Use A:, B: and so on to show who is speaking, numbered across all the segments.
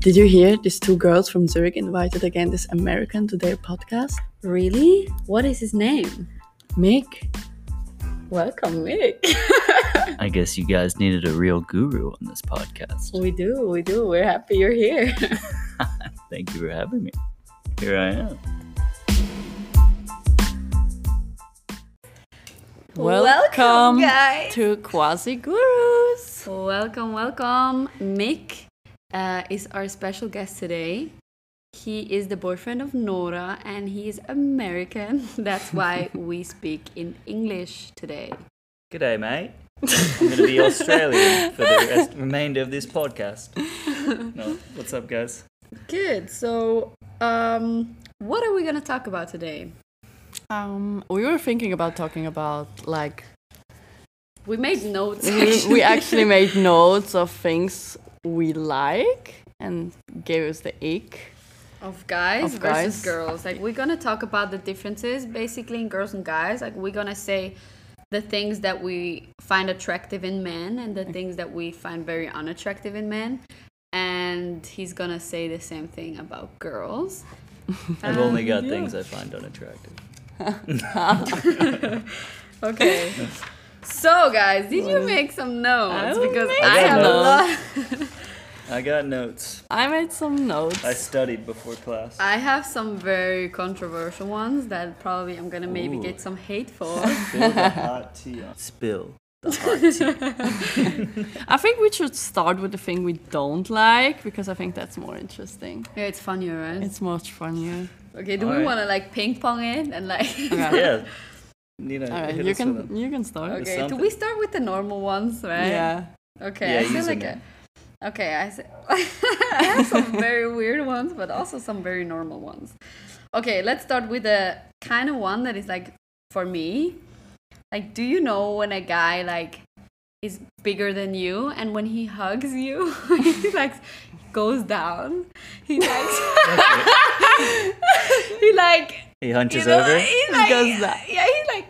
A: Did you hear these two girls from Zurich invited again this American to their podcast?
B: Really? What is his name?
A: Mick?
B: Welcome, Mick.
C: I guess you guys needed a real guru on this podcast.
B: we do, we do. We're happy you're here.
C: Thank you for having me. Here I am.
A: Welcome,
B: guys.
A: to Quasi Gurus.
B: Welcome, welcome. Mick uh, is our special guest today. He is the boyfriend of Nora and he is American. That's why we speak in English today.
C: G'day, mate. I'm going to be Australian for the rest, remainder of this podcast. No, what's up, guys?
B: Good. So, um, what are we going to talk about today?
A: Um, we were thinking about talking about like
B: We made notes.
A: we, we actually made notes of things we like and gave us the ick.
B: of guys
A: Of
B: versus
A: guys.
B: girls. Like we're gonna talk about the differences basically in girls and guys. Like we're gonna say the things that we find attractive in men and the things that we find very unattractive in men. And he's gonna say the same thing about girls.
C: I've only got things I find unattractive.
B: Okay. so guys, did you make some notes?
A: will
B: Because
A: make
B: I
C: some
B: have a lot.
A: notes.
C: I got notes.
A: I made some notes.
C: I studied before class.
B: I have some very controversial ones that probably I'm gonna maybe
C: Ooh.
B: get some hate for.
C: Spill the hot tea. on- Spill the hot tea.
A: I think we should start with the thing we don't like because I think that's more interesting.
B: yeah, it's funnier, right?
A: It's much funnier.
B: okay, do we
C: Alright.
B: wanna like ping pong it and like
C: Yeah. You know,
A: All right,
C: hit
A: you
C: us with
A: can
C: them.
A: you can start.
C: There's
B: Okay, do
C: something.
B: we start with the normal ones, right?
A: Yeah.
B: Okay, I
C: Yeah,
B: feel like
C: username.
B: a- okay, I, s- I have some very weird ones, but also some very normal ones. Okay, let's start with the kind of one that is like for me. Like, do you know when a guy like is bigger than you, and when he hugs you, he like goes down. He like he like
C: He hunches
B: you know,
C: over.
B: he like
A: goes down.
B: yeah he like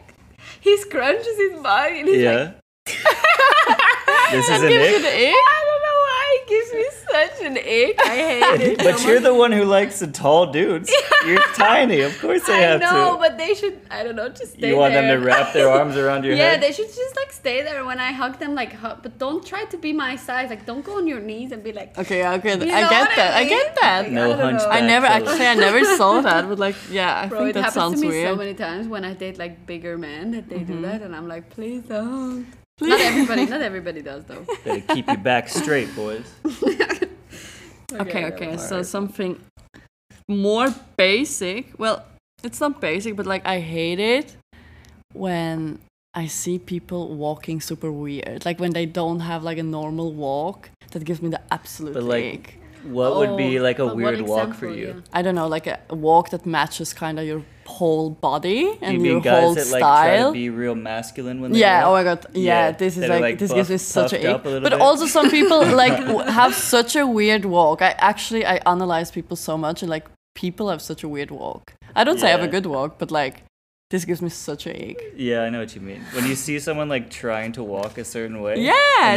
B: he scrunches his body and he's like
C: Yeah. this is
A: That
C: an
A: gives you
C: ick.
A: the ick.
B: I don't know why it gives me such an ache. I hate it.
C: But
B: so
C: you're
B: much.
C: the one who likes the tall dudes. You're tiny. Of course they
B: I
C: have
B: know,
C: to.
B: but they should. I don't know. Just stay
C: You want
B: there.
C: them to wrap their arms around your
B: Yeah,
C: head?
B: they should just like stay there when I hug them, like, hug, but don't try to be my size. Like, don't go on your knees and be like,
A: Okay, yeah, okay.
B: You
A: I
B: know
A: get
B: what I
A: that. I,
B: mean?
A: get that.
B: Like,
C: No
B: I don't know.
C: hunchback.
A: I never
C: Back to
A: actually I never saw that, but like yeah, I
B: Bro,
A: think
B: it
A: that
B: happens
A: sounds
B: to me
A: weird.
B: so many times when I date like bigger men that they
C: Mm-hmm.
B: do that, and I'm like, please don't.
A: Please.
B: Not everybody, not everybody does though.
C: Better keep your back straight, boys.
A: okay, okay. So something more basic. Well, it's not basic, but like I hate it when I see people walking super weird. Like when they don't have like a normal walk. That gives me the absolute
C: But like,
A: ick.
C: What would be
B: Oh,
C: like a
B: but what
C: weird walk for
B: example,
C: you?
B: yeah.
A: I don't know, like a a walk that matches kind of your whole body and
C: You mean
A: your
C: guys
A: whole
C: that like try
A: style.
C: to be real masculine when they
A: yeah. Oh
C: walk?
A: my god. Yeah.
C: Yeah,
A: This is
C: that are,
A: like,
C: like,
A: this gives me
C: buff-
A: such
C: puffed
A: a
C: up
A: ick.
C: a little
A: But
C: bit.
A: also some people like w- have such a weird walk. I actually I analyze people so much and like people have such a weird walk. I don't say I have a
C: Yeah.
A: good walk, but like this gives me such a ick.
C: Yeah, I know what you mean. When you see someone like trying to walk a certain way, and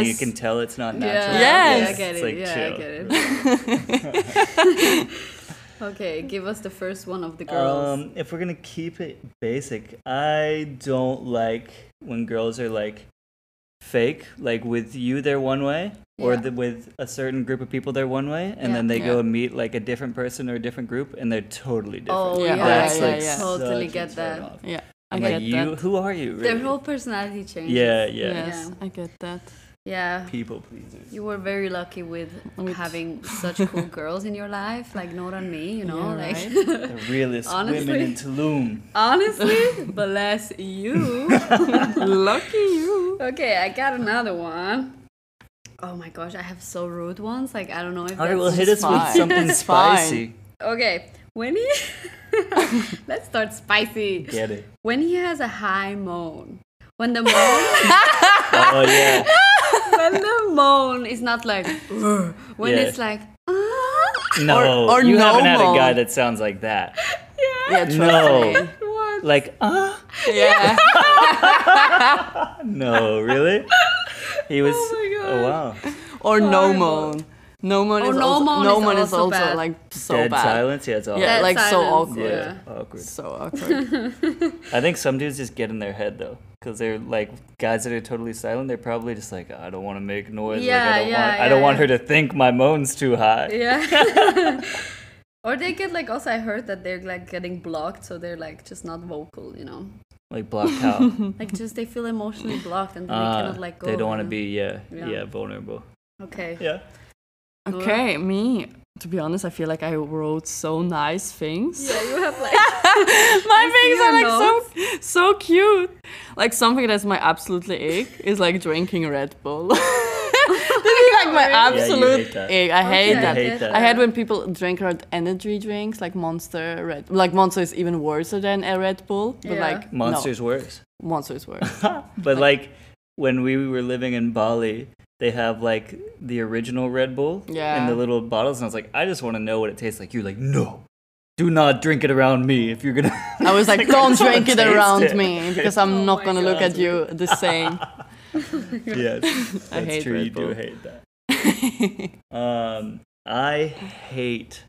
C: you
A: Yes.
C: can tell it's not
B: Yeah,
C: natural.
A: Yes.
B: yeah, I get
C: It's
B: it.
C: like,
B: yeah, I
C: chill.
B: get it. okay, give us the first one of the girls.
C: Um, if we're gonna keep it basic, I don't like when girls are like fake. Like with you, they're one way, or
B: Yeah.
C: the, with a certain group of people, they're one way, and then
B: Yeah.
C: they go
A: Yeah.
C: and meet like a different person or a different group, and they're totally different.
B: Oh
A: Yeah,
B: yeah,
C: That's
B: I
A: yeah,
C: like
A: yeah.
B: totally
C: such a
B: get that.
C: turn-off.
A: Yeah. I
C: I'm
A: get
C: like, you,
A: that.
C: who are you? Really?
B: Their whole personality changes.
C: yeah, yeah.
A: Yes, I get that.
B: Yeah.
C: People pleasers.
B: You were very lucky with
A: With-
B: having such cool girls in your life, like not on me, you know,
A: Yeah,
B: like
C: The realest women
B: Honestly.
C: in Tulum.
B: honestly, bless you.
A: Lucky you.
B: Okay, I got another one. Oh my gosh, I have so rude ones. Like I don't know if
C: All
B: that's-
C: right, well, hit us
A: fine.
C: with something
A: It's fine.
C: spicy.
B: Okay, when he Let's start spicy.
C: Get it?
B: When he has a high moan. When the moan
C: Oh yeah.
B: when the moan is not like "Ugh," when
C: Yeah.
B: it's like "Ah."
C: No,
A: or
C: you haven't had
A: normal.
C: a guy that sounds like that.
A: Yeah. Trust
C: No,
A: Me.
B: What?
C: like ah,
A: Yeah.
C: no, really? He was.
B: my God.
C: Oh wow.
A: or no moan. No Moan
B: Oh,
A: is
B: No
A: also,
B: Moan
A: no
B: is
A: Moan is
B: also
A: also
B: bad.
A: like so
C: Dead
A: bad.
C: silence. Yeah, it's awkward.
A: Yeah,
B: Dead
A: like so
B: silence,
A: awkward.
C: yeah, awkward.
A: So awkward.
C: I think some dudes just get in their head though, because they're like guys that are totally silent. They're probably just like, I don't want to make noise. like,
B: Yeah,
C: I don't
B: yeah,
C: want, I don't
B: yeah,
C: want
B: yeah.
C: her to think my moan's too high.
B: Yeah. or they get like also I heard that they're like getting blocked, so they're like just not vocal, you know.
C: Like block how
B: Like just they feel emotionally blocked and then
A: Ah,
B: they
C: uh,
B: cannot like go.
C: they don't want to
B: and-
C: be yeah,
B: Yeah.
C: yeah vulnerable.
B: Okay.
C: Yeah.
A: okay, me. To be honest, I feel like I wrote so nice things.
B: Yeah, you have like
A: my things
B: your
A: are like so so cute. Like something that's my absolutely ache is like drinking Red Bull. this is like my
B: Yeah, you
A: absolute
C: hate that.
A: ache. I hate
C: I
A: that.
C: hate that.
A: I hate when people drink hard energy drinks like Monster Red. Like Monster is even worse than a Red Bull. But
B: Yeah.
A: like no,
C: Monsters worse.
A: Monster is worse.
C: But like when we were living in Bali, they have like the original Red Bull
A: Yeah.
C: in the little bottles, and I was like, I just want to know what it tastes like. You're like, no, do not drink it around me if you're gonna.
A: I was like,
C: I
A: don't
C: just wanna
A: drink it
C: taste
A: around
C: it."
A: me because I'm
B: Oh
A: not
B: my
A: gonna look
B: God.
A: at you the same.
C: yes, that's
A: I hate
C: true.
A: Red
C: you do
A: Bull.
C: hate that. Um, I hate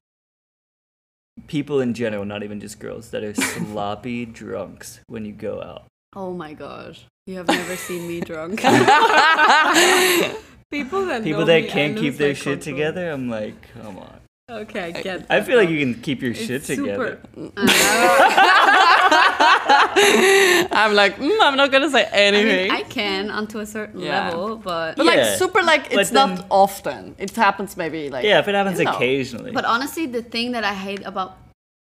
C: people in general, not even just girls, that are sloppy drunks when you go out.
B: Oh my gosh. You have never seen me drunk. people that
C: People
B: know
C: that
B: me, I
C: can't keep
B: lose
C: their
B: my
C: shit
B: control.
C: together, I'm like, come on.
B: Okay, I get
C: I
B: that
C: feel like
B: now.
C: you can keep your shit
B: It's super-
C: together.
B: I know.
A: I'm like, mm, I'm not gonna say
B: I mean,
A: anything.
B: I can onto a certain
A: Yeah.
B: level, but
A: But
C: Yeah.
A: like super, like it's
C: then-
A: not often. It happens maybe like
C: Yeah, if it happens
A: you know.
C: occasionally.
B: But honestly, the thing that I hate about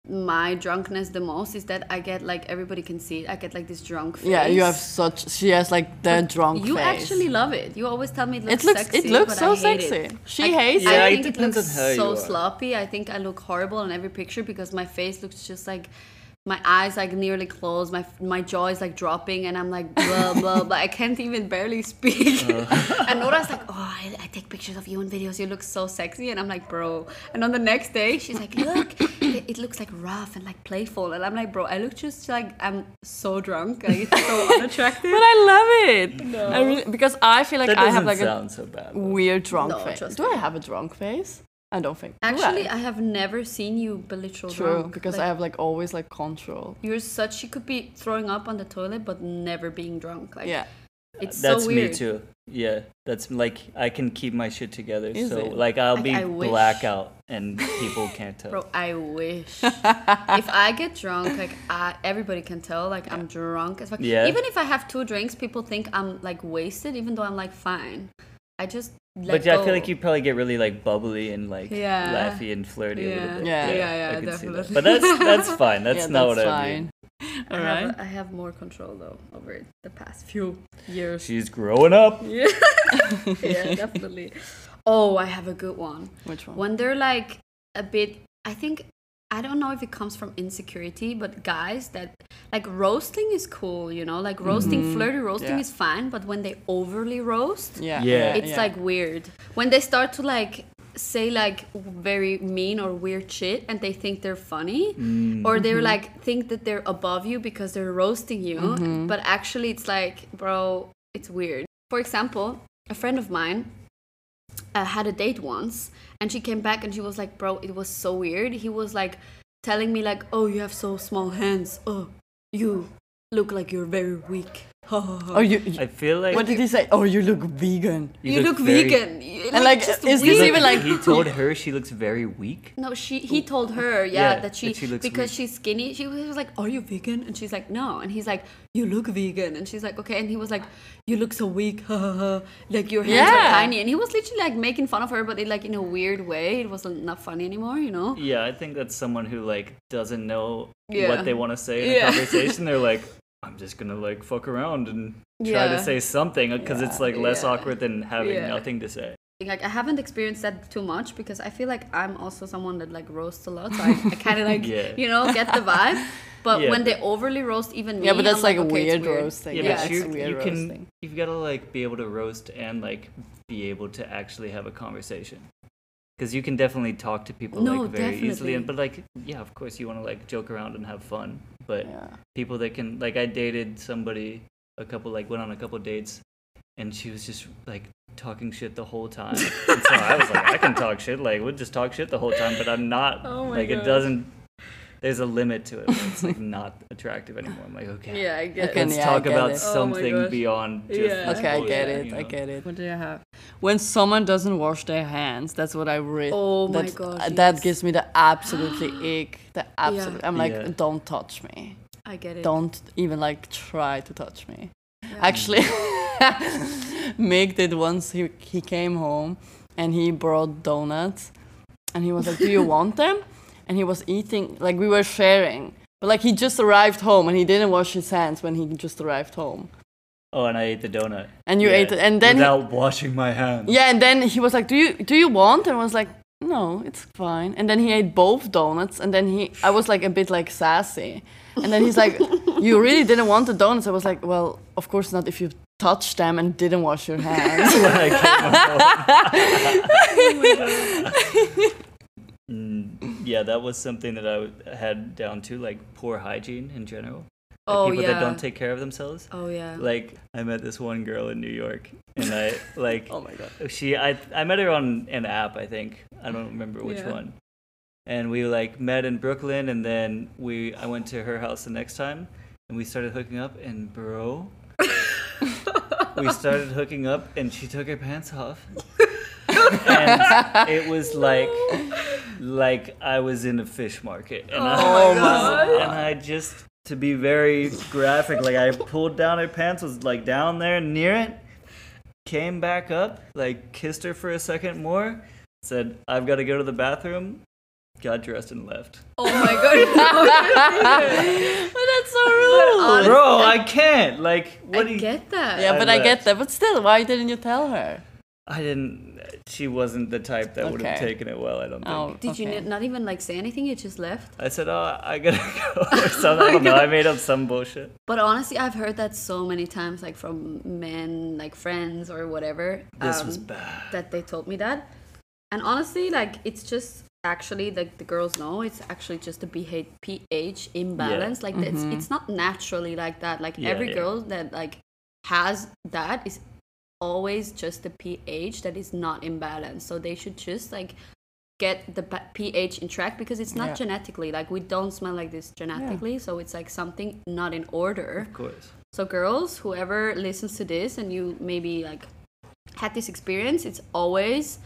B: my drunkenness the most is that I get like everybody can see it. I get like this drunk face.
A: Yeah, you have such. She has like the drunk
B: You
A: face.
B: actually love it. You always tell me it looks,
A: It looks.
B: sexy.
A: it looks
B: but
A: so
B: I hate
A: sexy.
B: It.
A: She
B: I,
A: hates
C: Yeah,
B: I
A: it.
C: it
B: think it
C: depends
B: looks
C: on how you
B: so
C: are.
B: sloppy. I think I look horrible in every picture because my face looks just like my eyes like nearly closed. My my jaw is like dropping, and I'm like blah blah blah. I can't even barely speak.
C: Uh.
B: and Nora's like, oh, I, I take pictures of you in videos. You look so sexy, and I'm like, bro. And on the next day, she's like, look, it, it looks like rough and like playful, and I'm like, bro, I look just like I'm so drunk. Like, it's so unattractive.
A: But I love it. I really, because I feel like
C: that
A: I
C: doesn't
A: have like
C: sound so bad.
A: a weird drunk
B: No,
A: face.
B: trust
A: Do I have a drunk face? I don't think. do
B: Actually,
A: I?
B: I have never seen you belittle
A: true
B: drunk.
A: because
B: Like,
A: I have like always like control.
B: You're such you could be throwing up on the toilet but never being drunk. Like
A: Yeah,
B: it's
C: that's
B: so weird.
C: me too. Yeah, that's like I can keep my shit together.
A: Is
C: so
A: it?
C: like I'll
B: Like,
C: be
B: I wish.
C: blackout and people can't tell.
B: Bro, I wish. if I get drunk, like I, everybody can tell, like I'm drunk as fuck.
C: Yeah.
B: Even if I have two drinks, people think I'm like wasted, even though I'm like fine. I just let
C: but yeah, I
B: go.
C: feel like you probably get really like bubbly and like
B: Yeah.
C: laughy and flirty a
B: Yeah.
C: little bit.
A: Yeah.
B: Yeah, yeah,
C: I can see that.
B: definitely.
C: But that's that's fine. That's
A: yeah,
C: not
A: that's
C: what I mean.
A: fine.
B: I
A: All
B: have,
A: right.
B: I have more control though over it the past few years.
C: She's growing up.
B: Yeah, yeah, definitely. Oh, I have a good one.
A: Which one?
B: when they're like a bit i think i don't know if it comes from insecurity but guys that like roasting is cool you know like roasting flirty roasting
A: Mm-hmm. Yeah.
B: is fine but when they overly roast
A: Yeah.
C: Yeah.
B: it's like weird when they start to like say like very mean or weird shit and they think they're funny
C: Mm.
B: or they're
C: Mm-hmm.
B: like think that they're above you because they're roasting you
A: Mm-hmm.
B: but actually it's like bro it's weird for example a friend of mine uh, had a date once and she came back and she was like bro it was so weird he was like telling me like oh you have so small hands oh you look like you're very weak
A: Oh, you.
C: I feel like
A: what did he say? Oh, you look vegan.
B: you, look,
C: very-
B: vegan You look
A: And like,
B: just
A: is
C: You
A: this
C: look-
A: even like?
C: he told her she looks very weak?
B: No, she he told her, yeah,
C: Yeah,
B: that she,
C: that she looks
B: because
C: weak.
B: she's skinny. She was like, "Are you vegan?" And she's like, "No." And he's like, "You look vegan." And she's like, "Okay." And he was like, "You look so weak, ha, ha, ha. like your hands are
A: Yeah.
B: tiny." And he was literally like making fun of her, but it like in a weird way. It wasn't not funny anymore, you know?
C: Yeah, I think that's someone who like doesn't know
B: Yeah.
C: what they want to say in
B: Yeah.
C: a conversation. They're like, I'm just gonna like fuck around and try
B: Yeah.
C: to say something because it's like less
B: Yeah.
C: awkward than having
B: Yeah.
C: nothing to say.
B: Like I haven't experienced that too much because I feel like I'm also someone that like roasts a lot, so I, I kind of like
C: Yeah.
B: you know get the vibe. But
C: Yeah,
B: when they overly roast, even me,
A: Yeah, but that's
B: I'm
A: like, a
B: okay, it's
A: weird, roasting.
B: Yeah,
C: Yeah,
B: it's
A: it's
C: but you,
A: weird
C: you can
A: roasting.
C: you've got to like be able to roast and like be able to actually have a conversation because you can definitely talk to people
B: No,
C: like very easily
B: definitely.
C: and but like yeah of course you want to like joke around and have fun but
A: Yeah.
C: people that can like I dated somebody a couple like went on a couple dates and she was just like talking shit the whole time. and so I was like, I can talk shit, like we'll just talk shit the whole time, but I'm not
B: Oh my
C: like it
B: gosh.
C: doesn't. There's a limit to it. where It's like not attractive anymore. I'm like, okay,
B: Yeah, I get
A: Okay.
B: it.
C: let's
A: yeah, I
C: talk
A: get
C: about
A: it. Oh
B: my
C: something
B: gosh.
C: beyond just.
B: Yeah.
C: this
A: Okay, I
C: bullshit,
A: get it.
C: you
A: I
C: know?
A: get it.
B: What do you have?
A: When someone doesn't wash their hands, that's what I read.
B: Oh my
A: that,
B: gosh,
A: uh, That
B: yes.
A: gives me the absolutely ick. The absolute. I'm like,
C: Yeah.
A: don't touch me.
B: I get it.
A: Don't even like try to touch me.
B: Yeah.
A: Actually, Mick did once. He he came home and he brought donuts, and he was like, "Do you want them?" And he was eating. Like we were sharing, but like he just arrived home and he didn't wash his hands when he just arrived home.
C: Oh, and I ate the donut.
A: And you ate it, and then he-
C: without washing my hands.
A: Yeah, and then he was like, "Do you do you want?" And I was like, "No, it's fine." And then he ate both donuts, and then he, I was like a bit like sassy, and then he's like, "You really didn't want the donuts?" I was like, "Well, of course not if you touched them and didn't wash your hands."
C: Like, Mm, yeah, that was something that I would- had down to like poor hygiene in general. Like,
B: Oh,
C: people that
B: yeah.
C: don't take care of themselves.
B: Oh yeah.
C: Like I met this one girl in New York, and I like
A: oh my god.
C: she I I met her on an app I think I don't remember which
B: Yeah.
C: one, and we like met in Brooklyn, and then we I went to her house the next time, and we started hooking up, and bro, we started hooking up, and she took her pants off, and it was like like I was in a fish market, and I
A: Oh
B: God.
A: my.
C: and I just, to be very graphic, like I pulled down her pants, was like down there near it, came back up, like kissed her for a second more, said, I've got to go to the bathroom, got dressed and left.
B: oh my god.
A: But that's so rude.
B: But on-
C: Bro, I can't. Like, what do
B: I
C: you.
B: get that.
A: yeah,
C: I
A: but I get
C: left.
A: that. But still, why didn't you tell her?
C: I didn't. She wasn't the type that would have
A: Okay.
C: taken it well, I don't think.
A: Oh,
B: Did you
A: okay.
B: n- not even like say anything? You just left.
C: I said, oh, I gotta go. Or something. I don't know. I made up some bullshit.
B: But honestly, I've heard that so many times, like from men, like friends or whatever.
C: This
B: um,
C: was bad.
B: that they told me that. And honestly, like it's just actually like the girls know it's actually just a pH pH imbalance. Like it's it's not naturally like that. Like
C: Mm-hmm. Yeah,
B: every
C: yeah.
B: girl that like has that is always just a pH that is not imbalanced. So they should just like get the pa- pH in track because it's not
A: Yeah.
B: genetically like we don't smell like this genetically. So it's like something not in order.
C: Of course.
B: So girls, whoever listens to this and you maybe like had this experience, it's always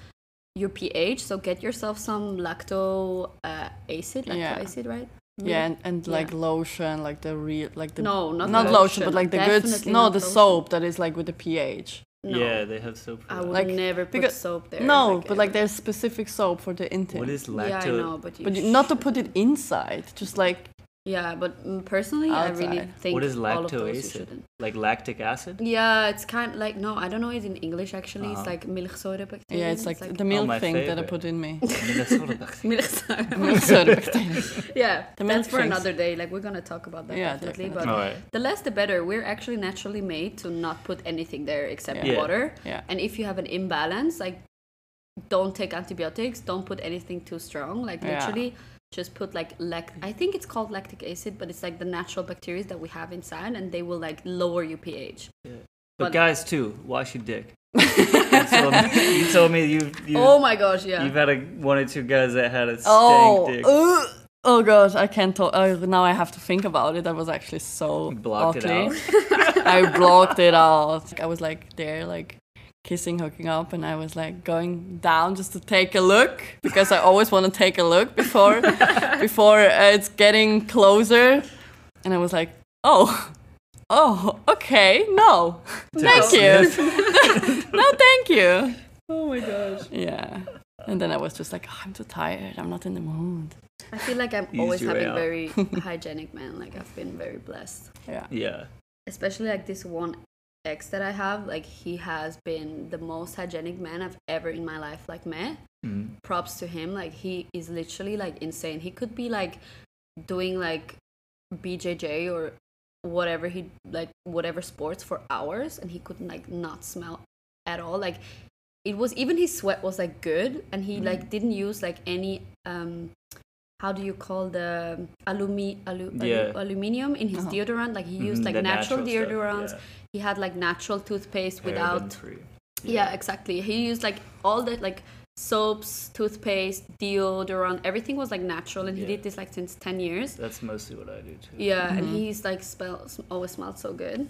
B: your pH. So get yourself some lacto uh, acid, lacto
A: Yeah.
B: acid, right?
A: Yeah, and, and
B: Yeah.
A: like lotion, like the real, like the
B: No, not,
A: not lotion, but like the goods.
B: Definitely
A: No,
B: not
A: the
B: lotion.
A: soap that is like with the pH.
B: No,
C: Yeah, they have soap. For
B: I
C: that.
B: would
A: Like,
B: never put
A: because-
B: soap there.
A: no, but like
B: ever.
A: there's specific soap for the intake.
C: What is lacto?
B: yeah, I know, but you
A: but you, not to
B: should-
A: put it inside, just like
B: Yeah, but mm, personally, I really
A: Outside.
B: think
C: What is
B: all of
C: lacto
B: those you
C: acid?
B: shouldn't.
C: Like lactic acid?
B: Yeah, it's kind of like no, I don't know it in English actually. It's
C: Uh-huh.
B: like milchsäurebacterium.
A: yeah, it's like, the
C: Oh,
A: milk
C: my
A: thing that I
C: favorite.
A: put in me.
C: Minnesota.
B: milchsäure.
A: So the bacteria.
B: yeah,
A: The
B: that's for
A: milkshakes.
B: another day. Like we're gonna talk about that
A: Yeah,
B: definitely.
A: definitely.
B: But
C: All right.
B: the less the better. We're actually naturally made to not put anything there except
A: Yeah.
C: Yeah.
B: water.
A: Yeah.
B: And if you have an imbalance, like don't take antibiotics. Don't put anything too strong. Like
A: Yeah.
B: literally. Just put like lac. I think it's called lactic acid, but it's like the natural bacteria that we have inside, and they will like lower your pH.
C: but guys, too, wash your dick. you, told me, you told me you, you,
B: oh my gosh! Yeah.
C: you've had a, one or two guys that had a stank
A: oh,
C: dick.
A: ugh. oh gosh, I can't talk. Uh, now I have to think about it. That was actually so
C: Blocked it
A: ugly. I blocked it out. Like, I was like there, like kissing, hooking up, and I was like going down just to take a look because I always want to take a look before before uh, it's getting closer. And I was like, oh, oh, okay, no, thank you, no, thank you.
B: oh my gosh!
A: Yeah. And then I was just like, oh, I'm too tired. I'm not in the mood.
B: I feel like I'm
C: Eased
B: always
C: your way
B: having
C: out.
B: very hygienic man. Like I've been very blessed.
A: Yeah.
C: Yeah.
B: especially like this one ex that I have, like he has been the most hygienic man I've ever in my life like met. Props to him, like he is literally like insane. He could be like doing like BJJ or whatever he like whatever sports for hours and he could like not smell at all. Like it was even his sweat was like good and he like didn't use like any um how do you call the alumi, alu, alu-
C: Yeah.
B: aluminium in his
A: Uh-huh.
B: deodorant? Like he used
C: Mhm,
B: like
C: the
B: natural,
C: natural stuff,
B: deodorants.
C: yeah.
B: He had like natural toothpaste without
C: Paraben-free.
B: yeah. exactly. He used like all the like soaps, toothpaste, deodorant, everything was like natural, and he
C: Yeah.
B: did this like since ten years.
C: That's Mm-hmm. mostly what I do too.
B: Yeah, and he's like smells always smells so good.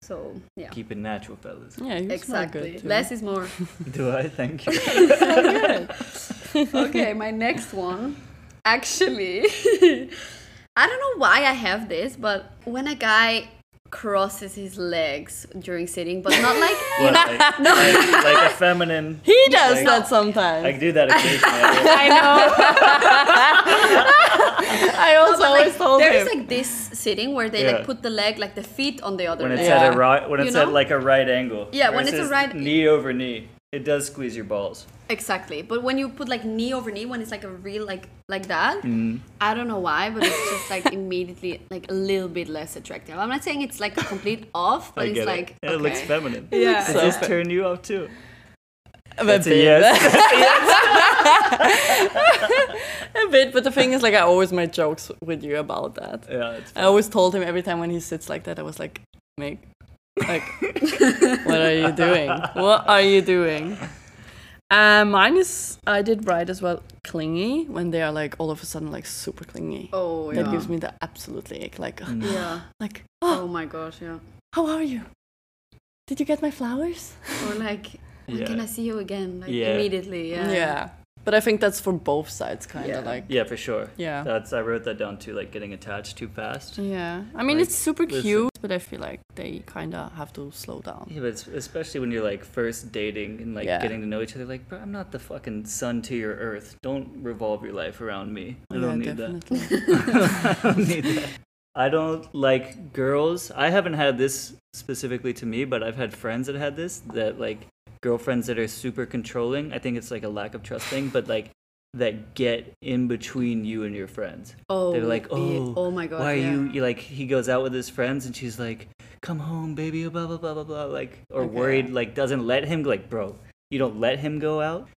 B: So yeah,
C: Keep it natural, fellas.
A: Yeah, you smell
B: exactly.
A: good too.
B: Less is more.
C: Do I? Thank you.
B: okay, my next one. Actually, I don't know why I have this, but when a guy crosses his legs during sitting, but not like
C: What, like, like, like a feminine.
A: He does
C: Like-
A: that sometimes.
C: I do that occasionally.
A: I know. I also
B: but,
A: always
B: like,
A: told
B: there
A: him.
B: is like this sitting where they
C: Yeah.
B: like put the leg, like the feet on the other
C: When
B: leg.
C: it's
A: Yeah.
C: at a right, when
B: You
C: it's
B: know?
C: at like a right angle.
B: Yeah,
C: where
B: when
C: it
B: it's a
C: says
B: right-
C: knee over knee, it does squeeze your balls.
B: Exactly. But when you put like knee over knee, when it's like a real like like that,
C: Mm.
B: I don't know why, but it's just like immediately like a little bit less attractive. I'm not saying it's like a complete off, but
C: I
B: it's
C: get
B: like
C: it. And It looks
B: okay.
C: feminine.
B: Yeah.
C: Does
A: So
C: this
A: fe-
C: turn you off too?
A: a
C: That's a
A: bit.
C: yes.
A: A bit, but the thing is, like, I always made jokes with you about that.
C: yeah, it's
A: I always told him every time when he sits like that, I was like, "Make, like, what are you doing? What are you doing?" Uh, mine is I did write as well clingy when they are like all of a sudden like super clingy.
B: Oh yeah.
A: That gives me the absolutely ache. Like,
C: Mm.
A: ugh,
B: yeah.
A: like,
B: Oh
A: oh,
B: my gosh, yeah.
A: how are you? Did you get my flowers?
B: Or like, when
C: Yeah.
B: can I see you again? Like
C: Yeah.
B: immediately, yeah.
A: but I think that's for both sides, kind
B: Yeah.
A: of like.
C: Yeah, for sure.
A: Yeah.
C: That's I wrote that down too, like getting attached too fast.
A: Yeah, I mean
C: Like,
A: it's super
C: listen.
A: cute, but I feel like they kind of have to slow down.
C: Yeah, but it's, especially when you're like first dating and like
A: Yeah.
C: getting to know each other, like, bro, I'm not the fucking sun to your earth. Don't revolve your life around me. I don't
A: yeah,
C: need that.
A: definitely.
C: I don't need that. I don't like girls. I haven't had this specifically to me, but I've had friends that had this that like girlfriends that are super controlling. I think it's like a lack of trust thing, but like that get in between you and your friends.
B: Oh,
C: They're like,
B: yeah.
C: oh,
B: oh my god.
C: why are
B: yeah.
C: you, you like? He goes out with his friends, and she's like, "Come home, baby." Blah blah blah blah blah. Like, or
A: Okay.
C: worried, like doesn't let him. go. Like, bro, you don't let him go out.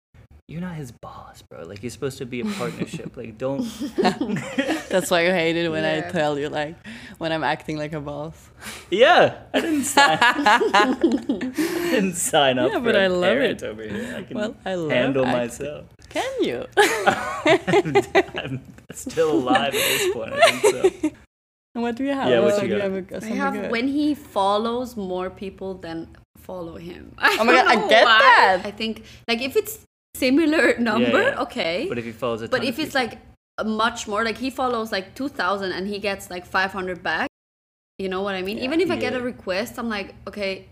C: You're not his boss, bro. Like, you're supposed to be a partnership. like, don't.
A: That's why you hate it when
B: Yeah.
A: I tell you, like, when I'm acting like a boss.
C: Yeah, I didn't sign. didn't sign up.
A: Yeah,
C: for
A: but
C: a
A: I love
C: parent
A: it.
C: over here. I can
A: Well, I love
C: handle
A: acting.
C: myself.
A: Can you?
C: I'm still alive at this point. I think so.
A: And what do you have?
C: Yeah, what
A: So
C: you
A: do
C: got?
A: have a-
B: I
A: something
B: have
A: good?
B: when he follows more people than follow him. I
A: Oh my
B: don't
A: God, I
B: know
A: get
B: why.
A: that.
B: I think like if it's similar number,
C: yeah.
B: okay.
C: But if he follows a
B: But
C: ton
B: if
C: of
B: it's like a much more, like he follows like 2,000 and he gets like 500 back, you know what I mean? Even if I get a
C: Yeah.
B: request, I'm like, okay,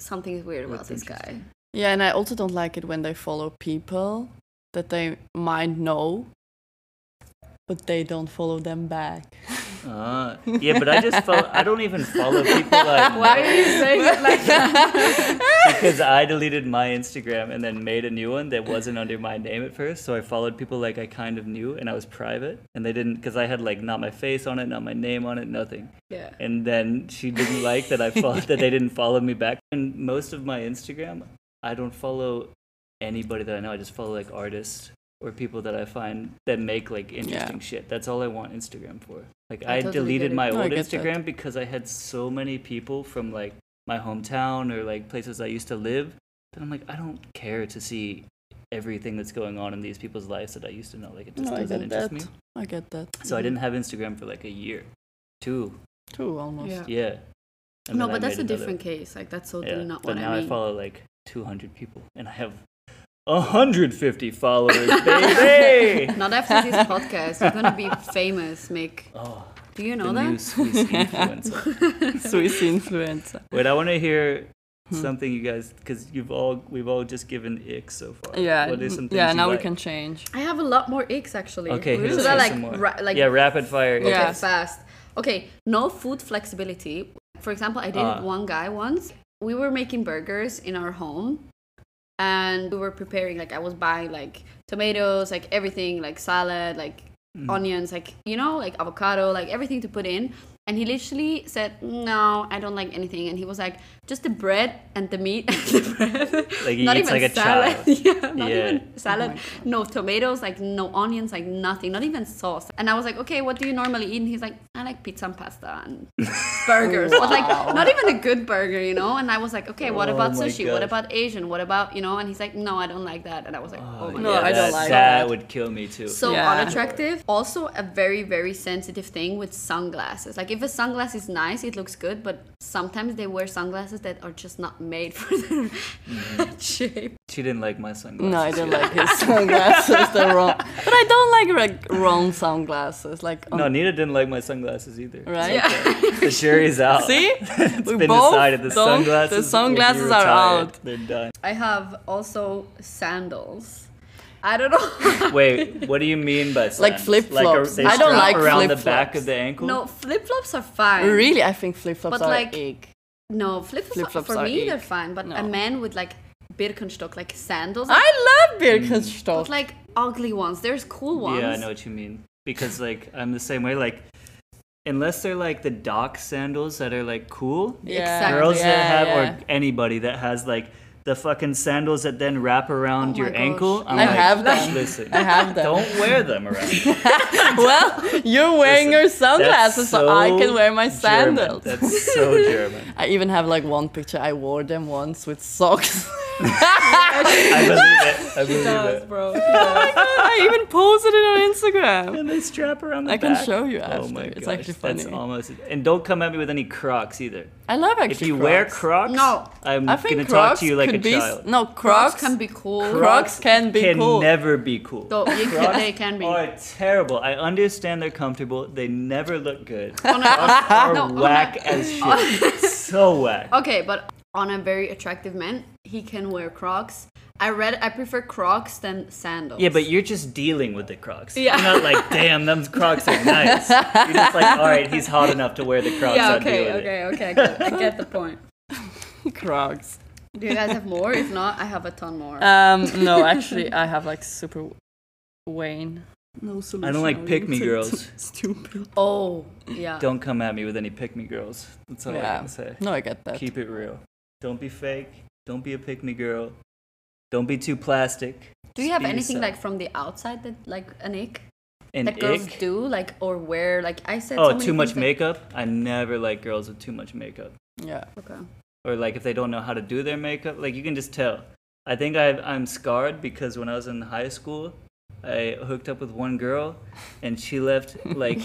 B: something is weird about
C: That's
B: this guy.
A: Yeah, and I also don't like it when they follow people that they might know, but they don't follow them back.
C: people. Ah, yeah, but I just follow. I don't even follow people like
B: you saying it like
C: because I deleted my Instagram and then made a new one that wasn't under my name at first. So I followed people like I kind of knew, and I was private, and they didn't because I had like not my face on it, not my name on it, nothing.
B: Yeah.
C: and then she didn't like that I followed that they didn't follow me back. And most of my Instagram, I don't follow anybody that I know. I just follow like artists or people that I find that make like interesting shit. That's all I want Instagram for. Like
B: I
C: I,
B: totally get
C: deleted
B: it.
C: my
A: No, I
C: old
A: get that.
C: Instagram because I had so many people from like my hometown or like places I used to live that I'm like I don't care to see everything that's going on in these people's lives that I used to know. Like it just
A: No, I
C: doesn't
A: get
C: interest
A: that. Mm-hmm.
C: me.
A: I get that
C: So I didn't have Instagram for like a year, two,
A: too, almost.
B: Yeah.
C: yeah. And
B: no,
C: then I
B: but that's a
C: made another
B: different case. Like, that's
C: one.
B: totally
C: Yeah.
B: not
C: but
B: what
C: now
B: I mean.
C: follow like 200 people, and I have 150 followers, baby.
B: Not after this podcast. You're gonna be famous, Mick.
C: oh,
B: Do you know
C: the new
B: that?
C: Swiss influencer.
A: Swiss influencer.
C: Wait, I want to hear
A: Hmm.
C: something you guys, because you've all we've all just given ick so far.
A: Yeah, Mm-hmm.
C: What are some things
A: yeah.
C: you
A: Now
C: like?
A: we can change.
B: I have a lot more icks actually.
C: Okay,
A: Really?
C: here's
B: Should I like,
C: some more.
B: ra- like
C: yeah, rapid fire.
B: Okay,
A: Yeah.
C: Yeah.
A: Yes.
B: fast. Okay, no food flexibility. For example, I dated
C: Ah.
B: one guy once. We were making burgers in our home and we were preparing like I was buying like tomatoes, like everything, like salad, like
C: Mm.
B: onions, like you know, like avocado, like everything to put in. And he literally said, "No, I don't like anything." And he was like, just the bread and the meat and the bread.
C: Like he eats like
B: salad.
C: a child.
B: yeah, not
C: Yeah.
B: even
A: Oh
B: salad. no tomatoes, like no onions, like nothing, not even sauce. And I was like, okay, what do you normally eat? And he's like, I like pizza and pasta and
C: Oh,
B: burgers. But like not even a good burger, you know? And I was like, okay, what
C: Oh
B: about
C: my
B: sushi?
C: God.
B: What about Asian? What about you know? And he's like, no, I don't like that. And I was like, oh, my
A: No,
B: god.
A: I don't
C: that,
A: like
C: that.
A: that.
C: would kill me too.
B: So
A: Yeah.
B: unattractive. Also, a very, very sensitive thing with sunglasses. Like, if a sunglass is nice, it looks good, but sometimes they wear sunglasses that are just not made for their
C: Mm-hmm.
B: head shape.
C: she didn't like my sunglasses.
A: No, I don't like his sunglasses. They're wrong. But I don't like like wrong sunglasses. Like on-
C: No, Nita didn't like my sunglasses either.
A: Right?
C: Yeah. the jury's out.
A: See?
C: it's
A: We
C: been
A: both
C: decided. The
A: don't- the
C: sunglasses.
A: sunglasses
C: you're
A: are
C: retired.
A: out.
C: They're done.
B: I have also sandals. I don't know.
C: Wait, what do you mean by sandals?
A: flip-flops.
C: they
A: I don't
C: strap
A: like
C: around the back
A: flip-flops.
C: of the ankle.
B: no, flip flops are fine.
A: really, I think flip flops
B: But
A: are
B: like-
A: egg.
B: No, flip flops
A: Flip-flops
B: for
A: are
B: me
A: ick.
B: they're fine, but a
A: No.
B: man with like Birkenstock, like sandals, like,
A: I love Birkenstock.
B: but, like ugly ones. There's cool ones.
C: Yeah, I know what you mean. Because like I'm the same way. Like unless they're like the dock sandals that are like cool,
A: yeah.
B: Exactly.
C: girls that
A: yeah,
C: have
A: yeah.
C: or anybody that has like the fucking sandals that then wrap around
B: Oh
C: your
B: my gosh.
C: ankle. I'm
A: I
C: like,
A: have them.
C: Listen,
A: I have them.
C: Don't wear them around. me.
A: well, you're wearing your sunglasses,
C: That's
A: so, I
C: so
A: can wear my
C: German.
A: sandals.
C: That's so German.
A: I even have like one picture. I wore them once with socks.
C: I believe it. I believe
B: Yes,
C: it.
B: bro.
A: I even posted it on Instagram.
C: And they strap around the
A: I can
C: back.
A: show you
C: Oh my
A: after. It's
C: gosh,
A: actually
C: That's
A: funny.
C: almost. And don't come at me with any Crocs either.
A: I love actually.
C: If you wear
A: Crocs,
C: Crocs,
B: No.
C: I'm
A: I
C: gonna
A: think Crocs
C: talk to you like
A: could
C: a
A: be s-
C: child.
A: no
B: Crocs
A: Crocs,
B: can be cool.
A: Crocs can be
C: can
A: cool.
C: never be cool.
B: Though you can,
C: Crocs
B: they can be.
C: Are terrible. I understand they're comfortable. They never look good.
B: On a-
C: Are
B: No, Oh. on a-
C: whack as shit. so whack.
B: Okay, but on a very attractive man, he can wear Crocs. I read I prefer Crocs than sandals.
C: Yeah, but you're just dealing with the Crocs.
B: Yeah.
C: You're not like, damn, them Crocs are nice. You're just like, all right, he's hot enough to wear the Crocs.
B: yeah,
C: I'll
B: okay,
C: deal with
B: okay, okay, I get, I get the point.
A: Crocs.
B: Do you guys have more? If not, I have a ton more.
C: Uh,
A: Um, no, actually, I have like super Wayne. No solution.
C: I don't like
A: Wayne.
C: pick me
A: It's
C: girls.
A: Stupid.
B: oh, yeah.
C: It. Don't come at me with any pick me girls. That's all I
A: yeah.
C: can say.
A: No, I get that.
C: Keep it real. Don't be fake. Don't be a pick me girl. Don't be too plastic.
B: do you have
C: Just be
B: anything
C: yourself.
B: like from the outside that like an ick
C: an
B: that girls
C: ick?
B: do like or wear? Like I said. so
C: Oh,
B: many
C: too much
B: things that-
C: makeup. I never like girls with too much makeup.
A: yeah.
B: Okay.
C: Or like if they don't know how to do their makeup, like you can just tell. I think I, I'm scarred because when I was in high school, I hooked up with one girl, and she left like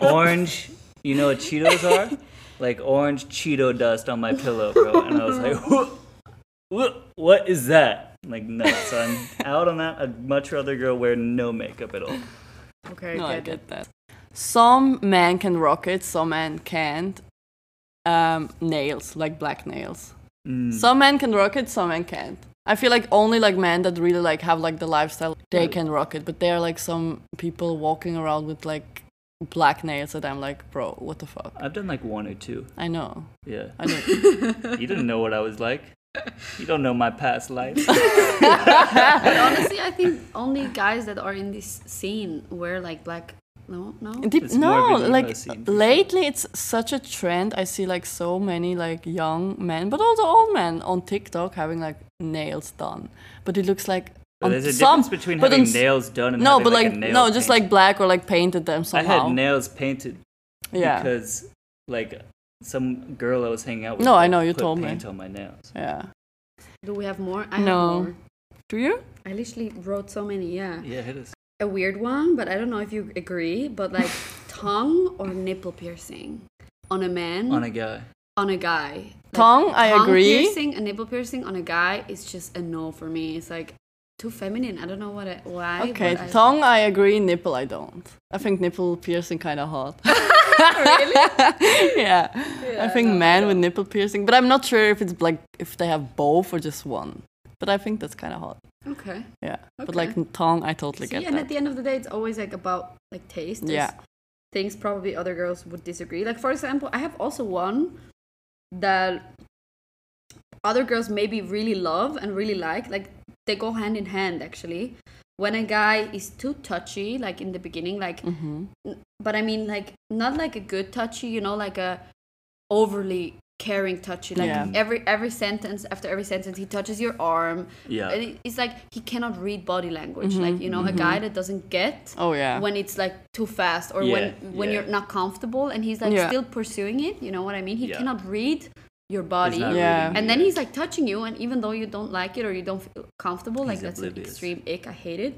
C: orange. You know what Cheetos are? Like orange Cheeto dust on my pillow, bro. And I was like, "Wha- wha- what is that? I'm like no. So I'm out on that. I'd much rather girl wear no makeup at all.
B: Okay.
A: No,
B: okay.
A: I get that. Some men can rock it, some men can't. Um, nails, like black nails.
C: Mm. Hmm.
A: Some men can rock it, some men can't. I feel like only like men that really like have like the lifestyle they can rock it, but there are like some people walking around with like black nails that I'm like, bro, what the fuck?
C: I've done like one or two.
A: I know.
C: Yeah.
A: I know.
C: You didn't know what I was like. You don't know my past life.
B: But honestly, I think only guys that are in this scene wear like black. No, no.
A: Deep,
C: It's more
A: no,
C: of an emo
A: like
C: scene, for sure.
A: lately it's such a trend. I see like so many like young men, but also old men on TikTok having like nails done, but it looks like on
C: There's a
A: some,
C: difference between
A: but
C: having
A: on s-
C: nails done and
A: No,
C: having
A: but like,
C: a nail
A: no, just
C: paint.
A: like black or like painted them
C: I
A: somehow.
C: had nails painted
A: yeah,
C: because like some girl I was hanging out with.
A: No, I
C: put-
A: know, you
C: put
A: told me.
C: paint on my nails.
A: yeah.
B: Do we have more? I
A: No.
B: Have more.
A: Do you?
B: I literally wrote so many. Yeah.
C: Yeah, it is.
B: a weird one, but I don't know if you agree, but like tongue or nipple piercing on a man,
C: On a guy.
B: on a guy. Like,
A: Tongue, I
B: tongue
A: agree.
B: Piercing, a nipple piercing on a guy is just a no for me. It's like too feminine. I don't know what I, why.
A: Okay,
B: but I-
A: tongue I agree, nipple I don't. I think nipple piercing kind of hot. really? yeah. I think man with nipple piercing, but I'm not sure if it's like if they have both or just one. But I think that's kind of hot.
B: okay.
A: Yeah. But
B: Okay.
A: like tongue, I totally
B: See,
A: get
B: and
A: that.
B: at the end of the day, it's always like about like taste. There's
A: Yeah.
B: Things probably other girls would disagree. Like for example, I have also one that other girls maybe really love and really like. Like they go hand in hand actually. When a guy is too touchy, like in the beginning, like,
A: Mm-hmm.
B: but I mean, like not like a good touchy, you know, like a overly caring touchy like
A: Yeah.
B: every every sentence after every sentence he touches your arm
C: Yeah. Mm-hmm.
B: And it- it's like he cannot read body language like you know a guy that doesn't get
A: Oh yeah.
B: when it's like too fast or
C: Yeah,
B: when when
C: yeah.
B: you're not comfortable and he's like
A: Yeah.
B: still pursuing it you know what i mean he
C: Yeah.
B: cannot read your body
C: He's not
A: Yeah.
C: reading
B: and
C: you.
B: then he's like touching you and even though you don't like it or you don't feel comfortable like
C: He's
B: that's
C: oblivious.
B: an extreme ick i hate it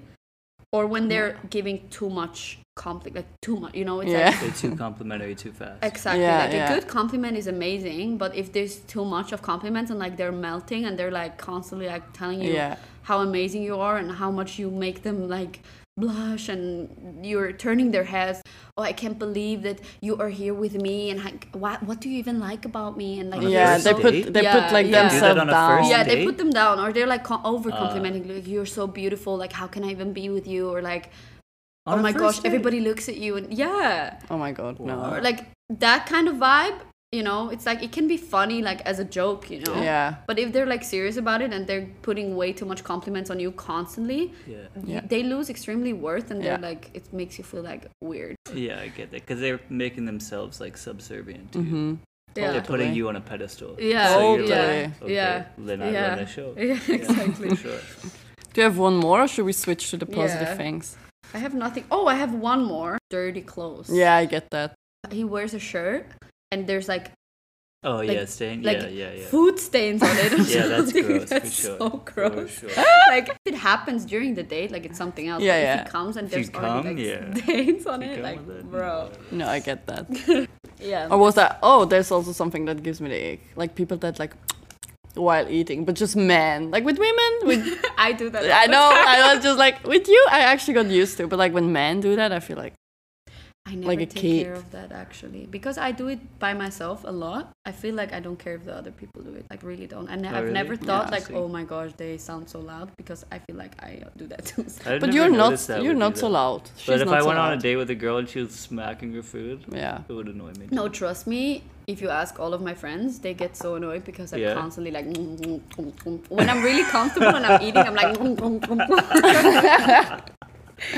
B: or when they're giving too much conflict like too much you know it's
A: yeah.
B: like
C: They're too complimentary too fast.
B: exactly
A: Yeah,
B: like
A: yeah.
B: a good compliment is amazing but if there's too much of compliments and like they're melting and they're like constantly like telling you
A: Yeah.
B: how amazing you are and how much you make them like blush and you're turning their heads oh i can't believe that you are here with me and like what, what do you even like about me and like
C: On a
A: yeah,
B: you're
A: they
B: so-
C: first date?
A: put they
B: Yeah,
A: put like
B: yeah. You do
C: that
A: themselves
C: on a first
A: down.
B: yeah,
C: date? Uh.
B: they put them down, or they're like co- over complimenting, like you're so beautiful, like how can I even be with you, or like
C: On
B: oh
C: a
B: my
C: first
B: gosh,
C: date?
B: everybody looks at you, and yeah,
A: Oh my god, no.
C: Wow.
B: or like that kind of vibe, you know, it's like it can be funny, like as a joke, you know,
A: Yeah.
B: But if they're like serious about it and they're putting way too much compliments on you constantly,
C: Yeah.
A: Yeah.
B: they lose extremely worth, and they're
A: Yeah.
B: like it makes you feel like weird.
C: Yeah, I get that. Because they're making themselves like subservient to you.
A: Mm-hmm.
B: Yeah.
C: They're putting
A: Totally.
C: you on a pedestal.
B: Yeah,
C: So you're
A: Totally.
C: like, okay,
B: Yeah,
C: Then I
B: yeah.
C: run the show.
B: Yeah, exactly.
C: for sure.
A: Do you have one more, or should we switch to the positive
B: Yeah.
A: things?
B: I have nothing. Oh, I have one more. Dirty clothes.
A: Yeah, I get that.
B: He wears a shirt and there's like
C: Oh
B: Like-
C: yeah, staying.
B: like
C: yeah, yeah, yeah.
B: food stains on it. or
C: Yeah, that's
B: something.
C: gross
B: That's
C: for sure.
B: so
C: For
B: gross.
C: sure.
B: like if it happens during the date, like it's something else.
A: Yeah,
B: But
A: yeah.
B: If he comes and
C: If you
B: there's already
C: come,
B: like
C: yeah.
B: stains on
C: If you
B: it,
C: come
B: like
C: with it,
B: bro,
A: No, I get that.
B: yeah.
A: Or was that? Oh, there's also something that gives me the ick. Like people that like while eating, but just men. Like with women, with
B: I do that.
A: I know. I was just like with you. I actually got used to, but like when men do that, I feel like
B: I never
A: like a
B: take
A: kid.
B: care of that actually because I do it by myself a lot. I feel like I don't care if the other people do it. Like really don't. And I've
C: Oh, really?
B: never
C: Yeah,
B: thought
C: I
B: like,
C: see.
B: oh my gosh, they sound so loud because I feel like I do that too.
A: But
C: I'd never
A: you're not.
C: noticed that
A: You're
C: with
A: not
C: you,
A: so
C: though.
A: loud.
C: But
A: She's
C: if
A: not
C: I
A: so
C: went on a
A: loud.
C: date with a girl and she was smacking her food,
A: Yeah.
C: it would annoy me.
B: No, trust me. If you ask all of my friends, they get so annoyed because I'm
C: Yeah.
B: constantly like when I'm really comfortable and I'm eating, I'm like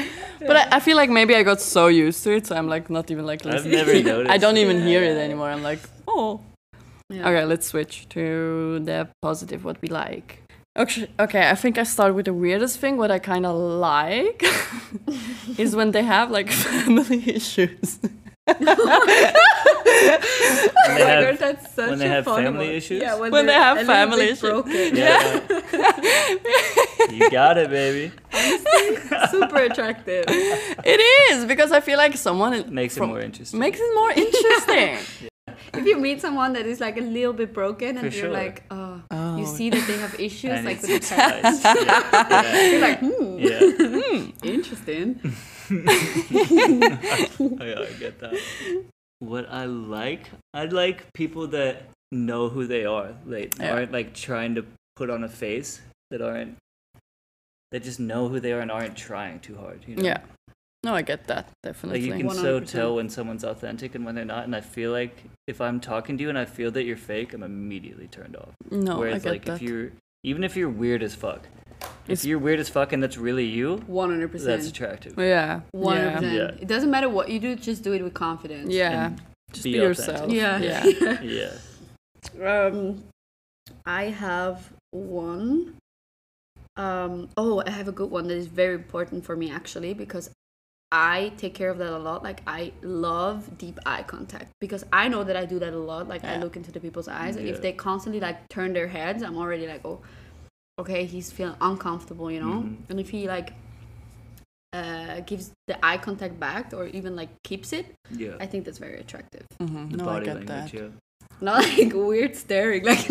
A: But I, I feel like maybe I got so used to it, so I'm like not even like
C: I've
A: listening.
C: never
A: I
C: noticed
A: don't
C: it.
A: even hear it
B: Yeah.
A: anymore. I'm like, oh.
B: Yeah.
A: Okay, let's switch to the positive, what we like. Okay, okay, I think I start with the weirdest thing. What I kind of like is when they have like family issues.
C: When they have-
B: Oh that's such
C: when they
B: a
C: have
B: fun
C: family
B: one.
C: issues?
B: Yeah, when,
A: When they
B: they're
A: have
B: a little
A: family
B: bit
A: issues.
B: broken.
C: Yeah. you got it, baby.
B: super attractive.
A: it is because I feel like someone
C: Makes it
A: from-
C: more interesting.
A: makes it more interesting.
B: If you meet someone that is like a little bit broken and
C: For
B: you're
C: sure.
B: like, oh,
A: Oh.
B: you see that they have issues,
C: And
B: like
C: it's
B: with the
C: nice. Yeah,
B: You're like, hmm,
C: yeah, yeah.
B: interesting.
C: Oh, yeah, I get that. What I like, I like people that know who they are. Like
A: Yeah.
C: aren't like trying to put on a face. That aren't. That just know who they are and aren't trying too hard. You know?
A: yeah. No, I get that
C: Like
A: definitely.
C: you can so
B: 100%.
C: tell when someone's authentic and when they're not. And I feel like if I'm talking to you and I feel that you're fake, I'm immediately turned off.
A: no, I
C: Whereas
A: get
C: like
A: that.
C: if you're even if you're weird as fuck,
A: It's-
C: if you're weird as fuck and that's really you,
B: 100%.
C: that's attractive.
A: yeah.
B: One
A: yeah.
B: of them.
C: Yeah.
B: It doesn't matter what you do, just do it with confidence.
A: Yeah.
C: And
A: Just
C: be
A: be,
C: authentic.
A: yourself.
B: Yeah.
A: Yeah.
C: Yeah.
B: Um, I have one. Um, oh, I have a good one that is very important for me actually because I take care of that a lot. Like I love deep eye contact because I know that I do that a lot. Like I
A: Yeah.
B: look into the people's eyes, and
C: Yeah.
B: if they constantly like turn their heads, I'm already like, oh, okay, he's feeling uncomfortable, you know.
C: Mhm.
B: And if he like uh gives the eye contact back or even like keeps it,
C: Yeah.
B: I think that's very attractive.
A: Mhm,
C: The
A: No, I
C: body
A: get
C: language,
A: that.
C: yeah.
B: Not like weird staring, like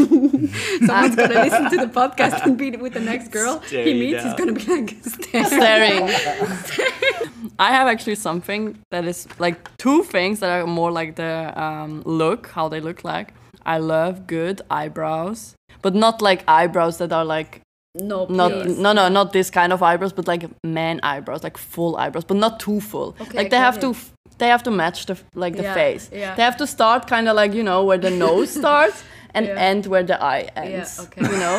B: someone's gonna listen to the podcast and be with the next girl
C: Stare
B: he
C: you
B: meets. He's
C: down.
B: gonna be like staring.
A: staring. I have actually something that is like two things that are more like the um, look, how they look like. I love good eyebrows, but not like eyebrows that are like
B: No, please.
A: not no no not this kind of eyebrows, but like man eyebrows, like full eyebrows, but not too full.
B: Okay, I
A: like they
B: get
A: have to
B: it.
A: f- they have to match the f- like the
B: Yeah,
A: face.
B: yeah.
A: They have to start kind of like you know where the nose starts and
B: Yeah.
A: end where the eye ends.
B: okay.
A: You know.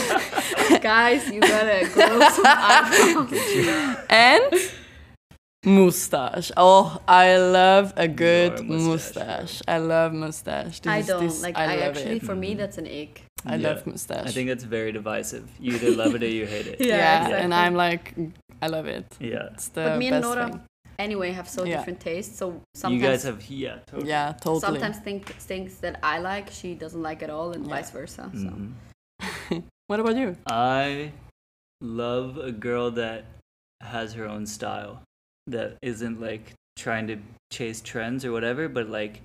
B: guys, you gotta grow some eyebrows.
A: And Mustache. Oh, I love a good
C: mustache,
A: mustache. I love mustache. This
B: I
A: is-
B: don't
A: this-
B: like.
A: I,
B: I,
A: love
B: actually,
A: it.
B: for me, that's an ache.
A: I
C: Yeah.
A: love mustache.
C: I think that's very divisive. You either love it or you hate it.
B: Yeah,
A: and
B: exactly.
A: I'm like, I love it.
C: Yeah.
A: It's the
B: But me and
A: best
B: Nora,
A: thing.
B: anyway, have so
A: Yeah.
B: different tastes. So
C: You
B: sometimes
C: guys have yeah. Totally.
A: Yeah, totally.
B: sometimes think, things that I like, she doesn't like at all, and
A: Yeah. Mm.
B: vice versa. So
C: Mhm.
A: What about you?
C: I love a girl that has her own style, that isn't like trying to chase trends or whatever, but like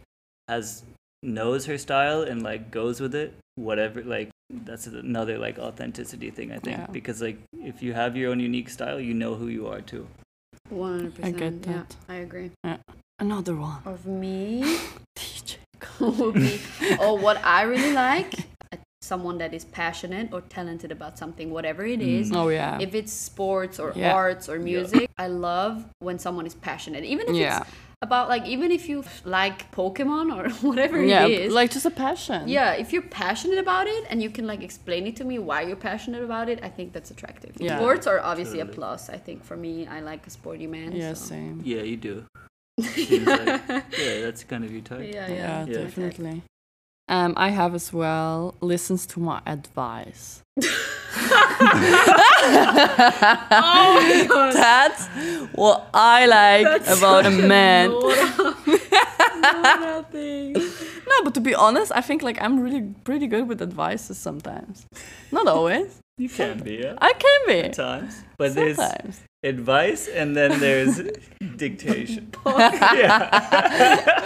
C: has knows her style and like goes with it. Whatever, like that's another like authenticity thing I think
A: Yeah.
C: because like if you have your own unique style, you know who you are too.
B: one hundred
A: I get
B: percent. Yeah,
A: that.
B: I agree.
A: Another one.
B: Of me,
A: DJ.
B: would be or what I really like, someone that is passionate or talented about something, whatever it is.
A: Oh yeah.
B: If it's sports or
A: Yeah.
B: arts or music, I love when someone is passionate. Even if
A: Yeah.
B: it's about like even if you like Pokemon or whatever
A: yeah,
B: it is.
A: like just a passion.
B: yeah, if you're passionate about it and you can like explain it to me why you're passionate about it, I think that's attractive.
A: Yeah.
B: Sports are obviously a
C: Totally.
B: plus, I think. For me, I like a sporty man.
A: Yeah,
B: so.
A: same.
C: Yeah, you do. Seems like, yeah, that's kind of your type.
B: Yeah,
A: Yeah,
B: yeah.
C: Yeah.
A: definitely. Um, I have as well. Listens to my advice. That's what I like about a man. No, but to be honest, I think like I'm really pretty good with advices sometimes. Not always.
C: You can be, yeah.
A: I can be.
C: At times. But there's
A: Sometimes.
C: advice and then there's dictation. yeah.